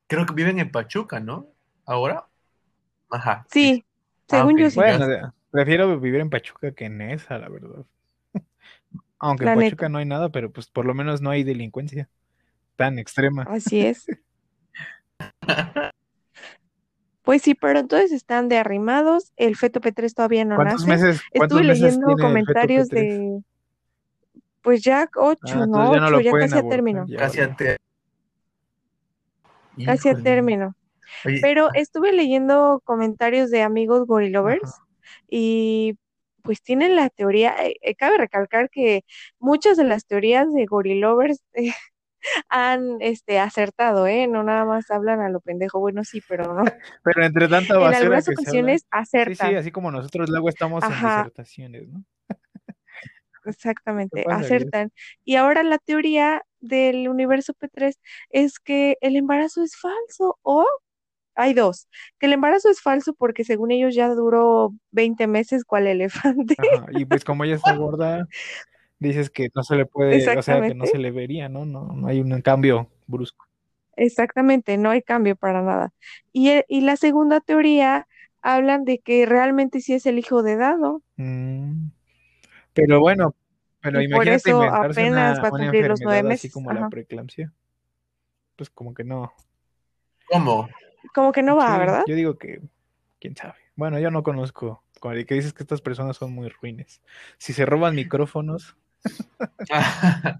S3: creo que viven en Pachuca, ¿no? ¿Ahora? Ajá.
S2: Sí,
S3: Ah,
S2: según
S3: ok.
S2: yo sí.
S1: Bueno, de- prefiero vivir en Pachuca que en esa, la verdad. Aunque
S2: La
S1: en
S2: neta.
S1: Pachuca no hay nada, pero pues por lo menos no hay delincuencia tan extrema.
S2: Así es. Pues sí, pero entonces están de arrimados, el feto P3 todavía no
S1: ¿Cuántos
S2: nace.
S1: meses, cuántos
S2: Estuve
S1: meses
S2: leyendo
S1: tiene el feto
S2: comentarios
S1: P3?
S2: de, pues ya
S1: Ah,
S2: ocho,
S1: entonces
S2: ¿no?
S1: ya no
S2: Ocho,
S1: lo
S2: ya
S1: pueden
S2: casi a
S1: abortar,
S2: término,
S1: ya
S3: Casi
S1: valió.
S3: a término.
S2: casi a término. Pero estuve leyendo comentarios de amigos gorilovers
S1: Ajá.
S2: y pues tienen la teoría, eh, eh, cabe recalcar que muchas de las teorías de gorilovers eh, han este, acertado, ¿eh? No nada más hablan a lo pendejo, bueno, sí, pero no.
S1: Pero entre tanta
S2: En
S1: basura que
S2: algunas
S1: se habla-
S2: ocasiones
S1: Sí, sí,
S2: acertan,
S1: así como nosotros luego estamos en
S2: Ajá.
S1: disertaciones, ¿no?
S2: exactamente,
S1: pasa, Dios?
S2: acertan. Y ahora la teoría del universo P3 es que el embarazo es falso o hay dos, que el embarazo es falso porque según ellos ya duró 20 meses cual elefante.
S1: Ajá, Y pues como ella está gorda, dices que no se le puede, o sea, que no
S2: Exactamente.
S1: se le vería, ¿no? No, no hay un cambio brusco.
S2: Exactamente, no hay cambio para nada. Y, e- y la segunda teoría hablan de que realmente sí es el hijo de Dado
S1: Mm. Pero bueno, pero
S2: y por
S1: imagínate
S2: eso
S1: inventarse
S2: apenas
S1: una,
S2: va a
S1: una
S2: cumplir los nueve
S1: enfermedad así
S2: meses.
S1: como la
S2: Ajá.
S1: preeclampsia. Pues como que no.
S3: ¿Cómo?
S2: Como que no va,
S1: Sí,
S2: ¿verdad?
S1: yo digo que, quién sabe. Bueno, yo no conozco. Como de que dices que estas personas son muy ruines. Si se roban micrófonos,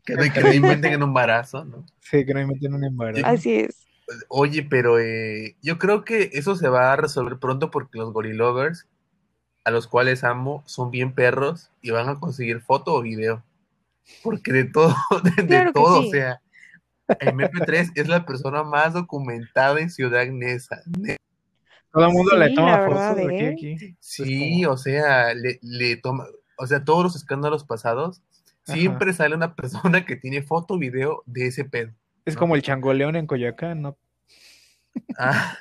S3: que, no, que no inventen en un embarazo, ¿no?
S1: sí, que no inventen un embarazo.
S2: Así es.
S3: Oye, pero eh, yo creo que eso se va a resolver pronto porque los gorilovers, a los cuales amo, son bien perros y van a conseguir foto o video. Porque de todo, de, de
S2: Claro que
S3: todo,
S2: sí.
S3: o sea, el MP3 es la persona más documentada en Ciudad Neza.
S1: Todo el mundo le
S2: Sí,
S1: toma
S2: la verdad,
S1: fotos de aquí a
S2: ¿eh?
S1: aquí.
S3: Sí,
S1: como-
S3: o sea, le, le toma, o sea, todos los escándalos pasados,
S1: Ajá.
S3: siempre sale una persona que tiene foto o video de ese pedo.
S1: Es
S3: ¿no?
S1: como el changoleón en Coyoacán, ¿no?
S3: Ah,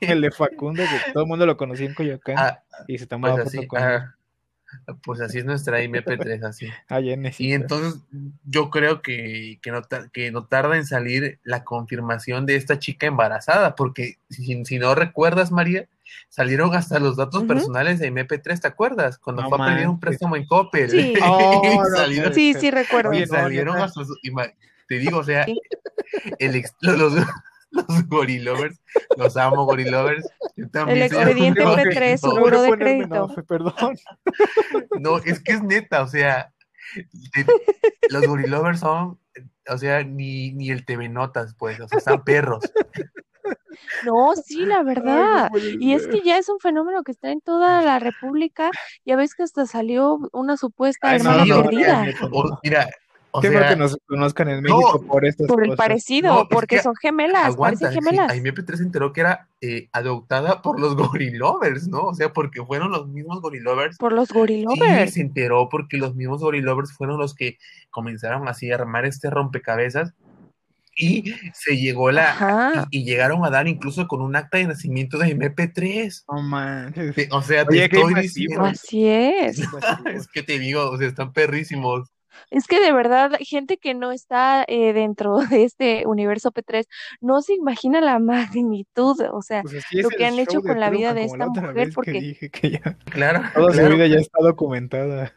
S1: El de Facundo, que todo el mundo lo conocía en Coyoacán
S3: ah,
S1: y se
S3: pues
S1: tomaba foto
S3: así,
S1: con él.
S3: ah, pues así es nuestra MP3, así.
S1: Allá en
S3: Y
S1: Necita.
S3: entonces yo creo que, que, no, ta- que no tarda en salir la confirmación de esta chica embarazada, porque si, si no recuerdas, María, salieron hasta los datos
S2: Ujú.
S3: personales de MP3, ¿te acuerdas? Cuando
S1: No
S3: fue a pedir un
S1: manches.
S3: préstamo en Coppel.
S2: Sí.
S1: Oh, no
S3: y salieron,
S1: puede
S2: Sí,
S1: ser.
S2: sí, recuerdo.
S1: Oye,
S3: y
S1: no,
S3: salieron
S1: neta.
S3: hasta sus- ima- te digo, o sea,
S2: Sí.
S3: el ex- los, los, los gorilovers, los amo gorilovers, yo
S2: El
S3: también soy
S2: expediente
S1: No,
S3: un
S2: P3,
S3: gorilov.
S1: No voy
S2: seguro
S1: a
S2: de
S1: ponerme, no,
S2: crédito.
S1: fe- perdón.
S3: No, es que es neta, o sea, te- los gorilovers son, o sea, ni, ni el TV Notas, pues, o sea, están perros.
S2: No, sí, la
S1: Ay, no
S2: verdad.
S1: puede
S2: Y es
S1: ser.
S2: que ya es un fenómeno que está en toda la República. Ya ves que hasta salió una supuesta
S1: Ay, no,
S2: hermana
S1: no, no,
S2: perdida
S1: neta, no.
S3: O- mira, o
S1: Qué bueno que
S3: sea,
S1: nos conozcan en México por estas
S2: por el
S1: cosas.
S2: parecido,
S3: no, es
S2: porque
S3: que
S2: son gemelas, parecen
S3: aguanta, sí,
S2: gemelas.
S3: ahí MP3 se enteró que era eh, adoptada por los gorilovers, ¿no? O sea, porque fueron los mismos gorilovers.
S2: Por los
S3: Sí,
S2: gorilovers.
S3: se enteró porque los mismos gorilovers fueron los que comenzaron así a armar este rompecabezas. Y se llegó la. ah,
S2: Ajá.
S3: Y, y llegaron a dar incluso con un acta de nacimiento de MP3.
S1: No manches.
S3: Te- o sea, te
S1: Oye, qué
S3: estoy
S1: invasivos.
S3: diciendo.
S2: Así es.
S1: invasivos.
S3: Es que te digo, o sea, están perrísimos.
S2: Es que de verdad, gente que no está eh, dentro de este universo P3 no se imagina la magnitud, o sea,
S1: Pues así es
S2: lo que
S1: el
S2: han hecho
S1: show de
S2: con la vida
S1: Truman,
S2: de
S1: como la
S2: esta
S1: otra
S2: mujer,
S1: vez que
S2: porque
S1: dije que ya
S3: Claro,
S1: toda su
S3: claro.
S1: vida ya está documentada.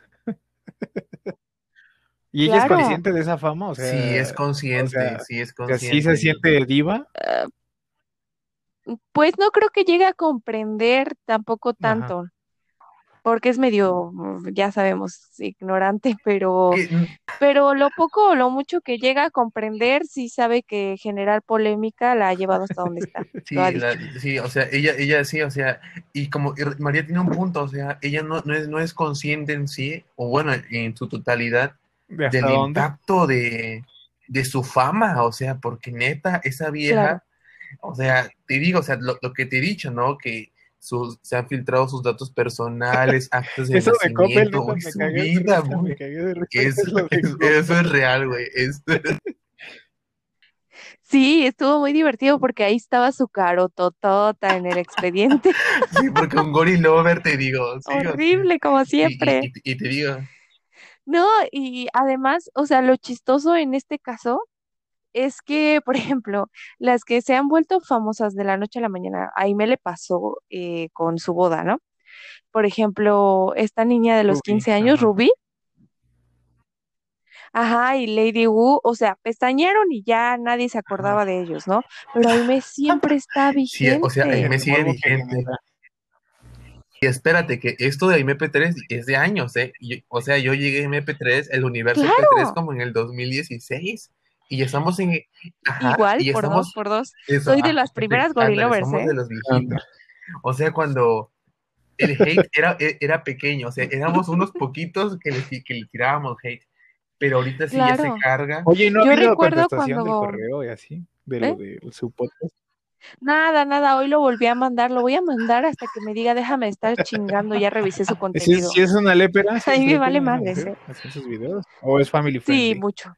S1: ¿Y ella es
S2: Claro.
S1: consciente de esa fama? O sea,
S3: Sí, es
S1: o sea,
S3: consciente, sí es
S1: o sea, ¿sí
S3: consciente.
S1: se siente diva?
S2: pues no creo que llegue a comprender tampoco tanto, porque es medio, mm, ya sabemos, ignorante, pero,
S3: Que-
S2: pero lo poco o lo mucho que llega a comprender, sí sabe que generar polémica la ha llevado hasta donde está, lo ha
S3: Sí,
S2: dicho.
S3: la- sí, o sea, ella, ella sí, o sea, y como y María tiene un punto, o sea, ella no, no es, no es consciente en sí, o bueno, en su totalidad,
S1: ¿De hasta
S3: del
S1: dónde?
S3: impacto de, de su fama, o sea, porque neta, esa vieja,
S2: Claro.
S3: o sea, te digo, o sea, lo, lo que te he dicho, ¿no? Que sus, se han filtrado sus datos personales, actos de
S1: Eso de Coppel, neta, me
S3: nacimiento, güey, su
S1: cagué de
S3: vida,
S1: risa,
S3: güey.
S1: me cagué de risa,
S3: Es-
S1: lo de
S3: es-
S1: Coppel.
S3: eso es real, güey. Es,
S2: Sí, estuvo muy divertido porque ahí estaba su carototota en el expediente.
S3: sí, porque un Gory Lover, te digo. sí, o sea,
S2: Horrible, como
S3: y- y-
S2: siempre.
S3: y- y te digo.
S2: No, y además, o sea, lo chistoso en este caso es que, por ejemplo, las que se han vuelto famosas de la noche a la mañana, ahí me le pasó eh, con su boda, ¿no? Por ejemplo, esta niña de los
S1: Rubí,
S2: 15 años,
S1: ajá.
S2: Ruby, ajá, y Lady Wu, o sea, pestañearon y ya nadie se acordaba de ellos, ¿no? Pero Aime siempre está
S3: Ah, Sí, o sea,
S1: El
S2: vigente.
S3: Aime sigue
S1: morbo que
S3: vigente.
S1: genera.
S3: Y espérate, que esto de MP3 es de años, ¿eh? Y yo- o sea, yo llegué a MP3, el universo
S2: Claro.
S3: MP3 como en el 2016. Y ya estamos en. Ajá,
S2: Igual,
S3: y
S2: por dos,
S3: estamos.
S2: por dos.
S3: eso,
S2: Soy de
S3: ah,
S2: las primeras
S3: ándale,
S2: gorilovers,
S3: somos
S2: ¿eh?
S3: de los viejitos. O sea, cuando el hate era, e- era pequeño, o sea, éramos unos poquitos que le, ti- que le tirábamos hate. Pero ahorita sí ya
S2: Claro.
S3: se carga.
S1: Oye, ¿y ¿no ha
S2: Yo
S1: habido
S2: recuerdo
S1: contestación del
S2: cuando- ¿Eh?
S1: correo y así? De lo de su podcast.
S2: Nada, nada, hoy lo volví a mandar, lo voy a mandar hasta que me diga, déjame estar chingando, ya revisé su
S1: Si
S2: contenido.
S1: es, si es una lépera, si
S2: A
S1: es
S2: mí me
S1: lépera
S2: vale
S1: una
S2: madres,
S1: mujer, así en sus videos. ¿O es family
S2: Sí,
S1: friendly?
S2: mucho.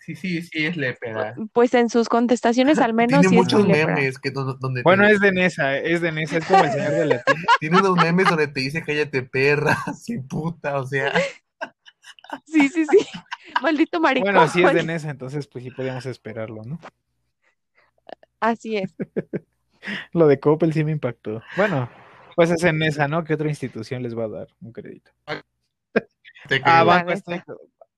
S3: Sí, sí, sí, es lépera.
S2: Pues en sus contestaciones al menos
S3: Tiene
S2: sí es
S3: muchos
S2: muy lepra.
S3: memes que do- donde
S1: Bueno,
S3: te-
S1: es de Nesa, es de Nesa, es como el señor de la tienda.
S3: tiene unos memes donde te dice cállate perra, sí puta, o sea.
S2: Sí, sí, sí. Maldito maricón.
S1: Bueno, si es de Nesa, entonces pues sí podíamos esperarlo, ¿no?
S2: Así es.
S1: Lo de Coppel sí me impactó. Bueno, pues es en esa, ¿no? ¿Qué otra institución les va a dar un crédito?
S3: Te
S1: Ah,
S3: creo.
S2: va.
S1: Banco
S2: neta.
S1: Azteca.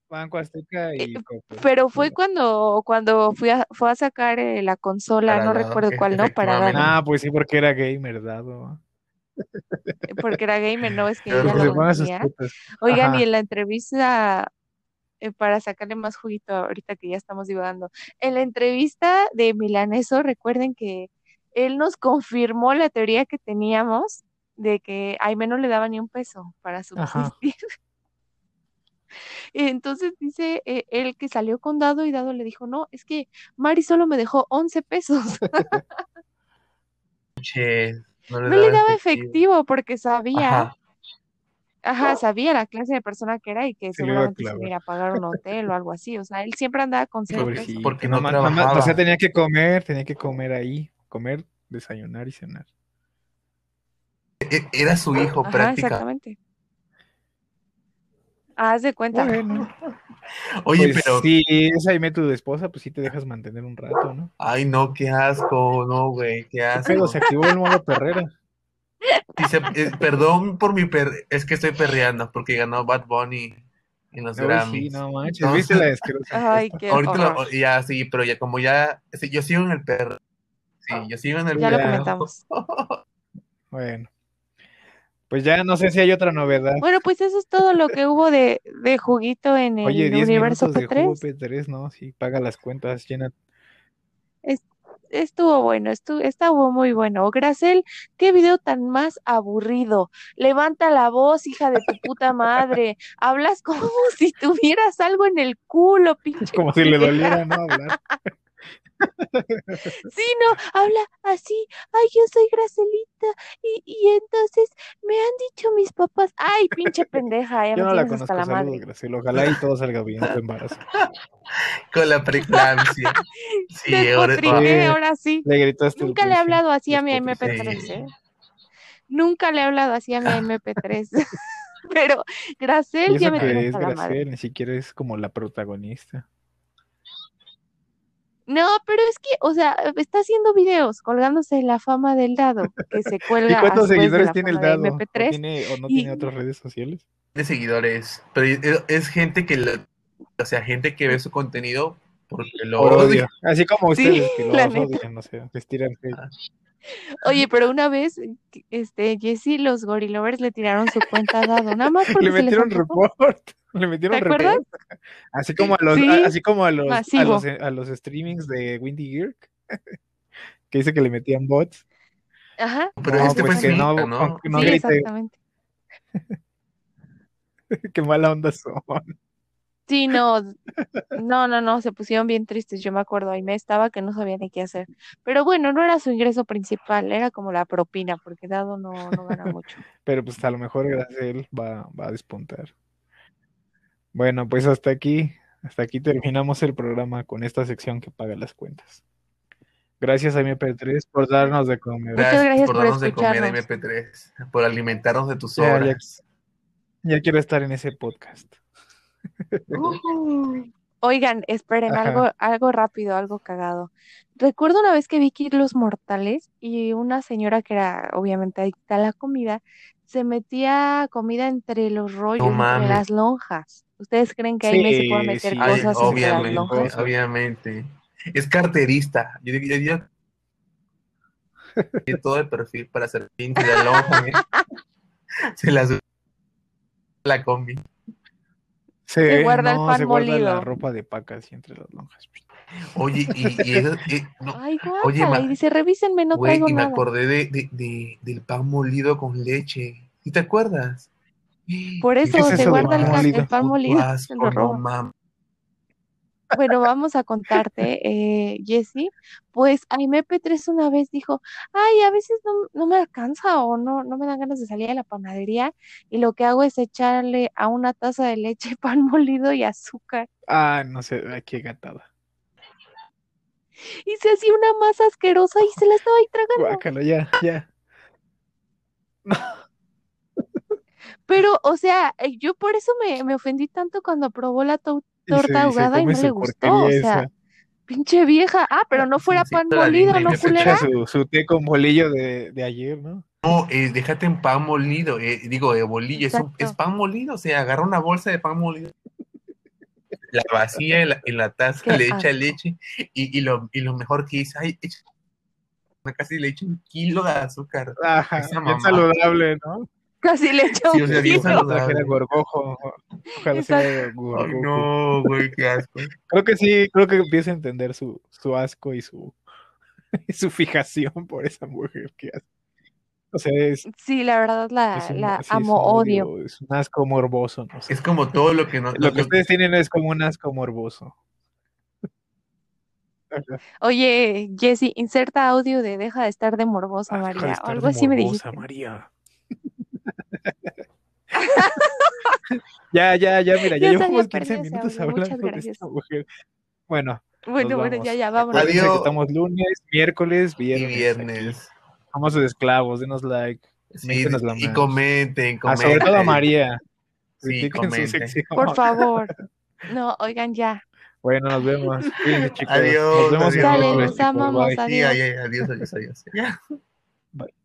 S1: Banco Azteca y
S2: Eh,
S1: Coppel.
S2: Pero fue
S1: Sí.
S2: cuando, cuando fui a, fue a sacar eh, la consola,
S3: Para
S2: no
S3: la-
S2: recuerdo
S3: e-
S2: cuál, ¿no? Para
S3: efectivamente.
S2: dar,
S1: Ah, pues sí, porque era gay, ¿verdad? O-
S2: porque era gamer, ¿no? Es que
S3: Claro,
S2: ella
S1: Porque se
S2: lo
S1: ponen sus
S2: decía.
S1: putas.
S2: Oigan,
S1: Ajá.
S2: y en la entrevista, eh, para sacarle más juguito ahorita que ya estamos divagando, en la entrevista de Milaneso, recuerden que él nos confirmó la teoría que teníamos de que Aime no le daba ni un peso para subsistir. Y Entonces dice eh, él que salió con Dado y Dado le dijo, no, es que Mari solo me dejó 11 pesos.
S3: Che, no le
S2: No le
S3: daba
S2: daba
S3: efectivo.
S2: efectivo porque sabía,
S3: Ajá.
S2: ajá, sabía la clase de persona que era y que
S1: Se le iba a
S2: seguramente se iba a
S1: clavar.
S2: ir a pagar un hotel o algo así. O sea, él siempre andaba con cero pesos.
S1: Pobrecito,
S3: porque no
S1: nomás- nomás-
S3: trabajaba.
S1: o sea, tenía que comer, tenía que comer ahí, comer, desayunar y cenar.
S3: E- Era su hijo
S2: Ajá,
S3: prácticamente.
S2: exactamente. Haz de cuenta.
S1: Bueno,
S3: Oye,
S1: pues
S3: pero,
S1: si es Aime tu esposa, pues sí te dejas mantener un rato, ¿no?
S3: ay no, qué asco, no, güey, qué
S1: Pero
S3: asco.
S1: se activó el modo perrera.
S3: Dice, eh, perdón por mi per, es que estoy perreando porque ganó Bad Bunny en los
S1: Uy, sí,
S3: Grammys.
S1: no manches,
S3: Entonces-
S1: ¿viste la descroza?
S2: Ay, qué
S3: Ahorita lo-
S2: horror.
S3: ya sí, pero ya como ya, sí, yo sigo en el perro. Sí, yo sigo en el
S2: Ah, Ya lo
S3: perro.
S2: comentamos.
S1: Bueno, pues ya no sé si hay otra novedad.
S2: Bueno, pues eso es todo lo que hubo de, de juguito en el
S1: Oye, 10
S2: universo
S1: minutos de jugo
S2: P3.
S1: P3, ¿no? Sí, paga las cuentas, llena.
S2: Estuvo bueno, estuvo, estuvo muy bueno. Gracel, qué video tan más aburrido. Levanta la voz, hija de tu puta madre. Hablas como si tuvieras algo en el culo, pinche
S1: Como si le
S2: culera.
S1: doliera no hablar.
S2: Sí, no, habla así. Ay, yo soy Gracelita. Y, y entonces me han dicho mis papás. Ay, pinche pendeja, ya
S1: Yo
S2: me
S1: no la
S2: tienes hasta
S1: conozco,
S2: la
S1: saludos,
S2: madre.
S1: Graciela. Ojalá y todo salga bien tu embarazo.
S3: Con la preeclampsia. Sí,
S2: Te
S3: ahora,
S2: potriqué,
S1: Sí.
S2: ahora sí.
S1: Le este gritaste. al
S2: Nunca le he
S1: Puchi.
S2: hablado así a mi
S1: Despotriqué.
S2: MP3,
S3: Sí. Ah.
S2: ¿eh? Nunca le he hablado así a mi MP3. Pero
S1: Y
S2: Gracel ya
S1: eso
S2: me tiene
S1: que es
S2: hasta la madre.
S1: Graciela, ni siquiera es como la protagonista.
S2: No, pero es que, o sea, está haciendo videos colgándose la fama del dado, que se
S1: ¿Y
S2: cuelga
S1: cuántos
S2: después de
S1: seguidores
S2: la
S1: tiene el
S2: fama de
S1: dado? ¿O,
S2: MP3.
S1: tiene, o no
S2: Y-
S1: tiene otras redes sociales?
S3: de seguidores, pero es, es gente que, lo- o sea, gente que ve su contenido porque lo
S1: Por
S3: odia.
S1: odio. Así como
S2: Sí,
S1: ustedes que los
S2: la neta. Ah,
S1: odian, no sé, les tiran hate.
S2: Oye, pero una vez, que- este, Jesse, los Gorilovers le tiraron su cuenta a Dado, nada más porque
S1: Le
S2: se les
S1: metieron
S2: antojó.
S1: report. Le metieron
S2: ¿Te acuerdas?
S1: report. Así como a los,
S2: Sí,
S1: a- así como a los, a
S2: masivo.
S1: los, a los streamings de Windy Gear, que dice que le metían bots.
S2: Ajá,
S3: Pero
S1: no,
S3: este
S1: pues
S3: fue
S1: que no,
S3: finita, ¿no?
S1: que no
S2: sí,
S1: grite,
S2: exactamente.
S1: qué mala onda son.
S2: Sí, no, no, no, no, se pusieron bien tristes, yo me acuerdo, ahí me estaba que no sabía ni qué hacer. Pero bueno, no era su ingreso principal, era como la propina, porque dado no, no gana mucho.
S1: Pero pues a lo mejor gracias a él va, va a despuntar. Bueno, pues hasta aquí, hasta aquí terminamos el programa con esta sección que paga las cuentas. Gracias a MP3 por darnos de comer.
S2: Muchas gracias por
S3: darnos de comer,
S2: escucharnos.
S3: MP3, por alimentarnos de tus
S1: Ya, ya-
S3: obras.
S1: Ya quiero estar en ese podcast.
S2: Uh. Oigan, esperen,
S1: Ajá.
S2: algo, algo rápido, algo cagado. Recuerdo una vez que vi Kid Los Mortales y una señora que era obviamente adicta a la comida, se metía comida entre los rollos, entre
S3: mames.
S2: las lonjas. ¿Ustedes creen que ahí me se pueden
S1: Sí,
S2: meter
S1: sí,
S3: Ay,
S2: cosas entre las
S3: obviamente,
S2: lonjas?
S1: lonjas.
S3: obviamente. Es carterista. Yo diría yo diría que todo el perfil para ser pinche de lonja, ¿eh? Se las la combi.
S1: Se,
S2: guarda el pan
S1: se guarda la
S2: molido.
S1: ropa de paca así entre las lonjas.
S3: Oye, y, y eso- y- no,
S2: Ay,
S3: Oye,
S2: guácala,
S3: ma-
S2: y dice, revísenme, no
S3: Güey,
S2: traigo
S3: y me
S2: nada.
S3: acordé de, de- de- del pan molido con leche. ¿Y te acuerdas?
S2: Por
S1: ¿Qué
S2: eso
S1: es
S2: se
S1: eso de
S2: guarda el,
S1: pan
S2: ca- el
S1: molido?
S2: pan
S3: Puto
S2: molido, se
S3: asco,
S2: lo
S3: no
S2: roban.
S3: mames.
S2: Bueno, vamos a contarte, eh, Jessy. Pues p 3 una vez dijo, ay, a veces no, no me alcanza o no, no me dan ganas de salir a la panadería y lo que hago es echarle a una taza de leche pan molido y azúcar.
S1: Ah, no sé, ay, qué gatada.
S2: Y se hacía una masa asquerosa y se la estaba ahí tragando.
S1: Guácala, ya, ya.
S2: Pero, o sea, eh, yo por eso me, me ofendí tanto cuando probó la to-
S1: Y se- y se
S2: torta ahogada y
S1: come
S2: no
S1: su
S2: le gustó. O
S1: porquería
S2: sea,
S1: esa.
S2: pinche vieja. Ah, pero no fuera
S3: sí,
S2: pan
S3: pero la
S2: molido,
S3: digna y
S2: ¿no,
S3: me
S1: Se echa
S2: culera?
S1: su, su té con bolillo de, de ayer, ¿no?
S3: No, eh, déjate en pan molido. eh, digo, eh, bolillo. Es, un-
S2: Exacto.
S3: es pan molido. O sea, agarra una bolsa de pan molido. La vacía en la, en la taza,
S2: Qué
S3: le echa
S2: asco.
S3: leche. Y, y lo, y lo mejor que hizo, ay, echa- casi le echa un kilo de azúcar.
S1: Ajá,
S3: Esa
S1: bien
S3: mamá.
S1: saludable, ¿no?
S2: Casi le echó
S3: Sí,
S2: un
S3: o sea, bien
S2: kilo.
S3: saludable.
S1: Ojalá que era gorgojo. Ojalá
S2: Está-
S1: sea gorgojo.
S3: Ay, no, güey, qué asco.
S1: Creo que sí, creo que empiezo a entender su, su asco y su, y su fijación por esa mujer que hace. O sea, es,
S2: Sí, la verdad la,
S1: es un,
S2: la
S1: sí, es un
S2: amo, odio.
S1: odio, es un asco morboso, no sé.
S3: Es como todo lo que no.
S1: Lo que
S3: no-
S1: ustedes tienen es como un asco morboso. Ajá.
S2: Oye, Jessy, inserta audio de deja de estar de morbosa,
S1: Ah, deja de
S2: María. O
S1: estar
S2: algo
S1: de
S2: así me
S1: morbosa,
S2: dijiste.
S1: María. Ya, ya, ya, mira, ya
S2: Ya se
S1: llevamos
S2: había
S1: 15
S2: perdido ese
S1: minutos
S2: audio, muchas
S1: hablando de esta
S2: gracias.
S1: mujer. Bueno,
S2: Bueno,
S1: nos
S2: bueno,
S1: vamos.
S2: ya, ya, vámonos.
S1: Acuérdense que
S3: Adiós.
S1: estamos lunes, miércoles,
S3: Y
S1: viernes. aquí.
S3: viernes.
S1: Somos esclavos, denos like.
S3: Sí,
S1: Métenos la
S3: y
S1: mano.
S3: comenten,
S1: Ah,
S3: comenten.
S1: sobre todo a María.
S3: Sí,
S1: Critiquen su
S3: comenten.
S1: sección.
S2: Por favor. No, oigan ya.
S1: Bueno, nos vemos. Cuídense, chicos.
S3: Adiós,
S1: Nos vemos en
S3: adiós.
S1: el
S3: Dale,
S1: miércoles,
S2: nos
S1: chicos.
S2: amamos.
S1: Bye.
S3: Sí,
S2: Adiós.
S3: ay, ay, adiós, adiós, adiós. Ya.
S1: Bye.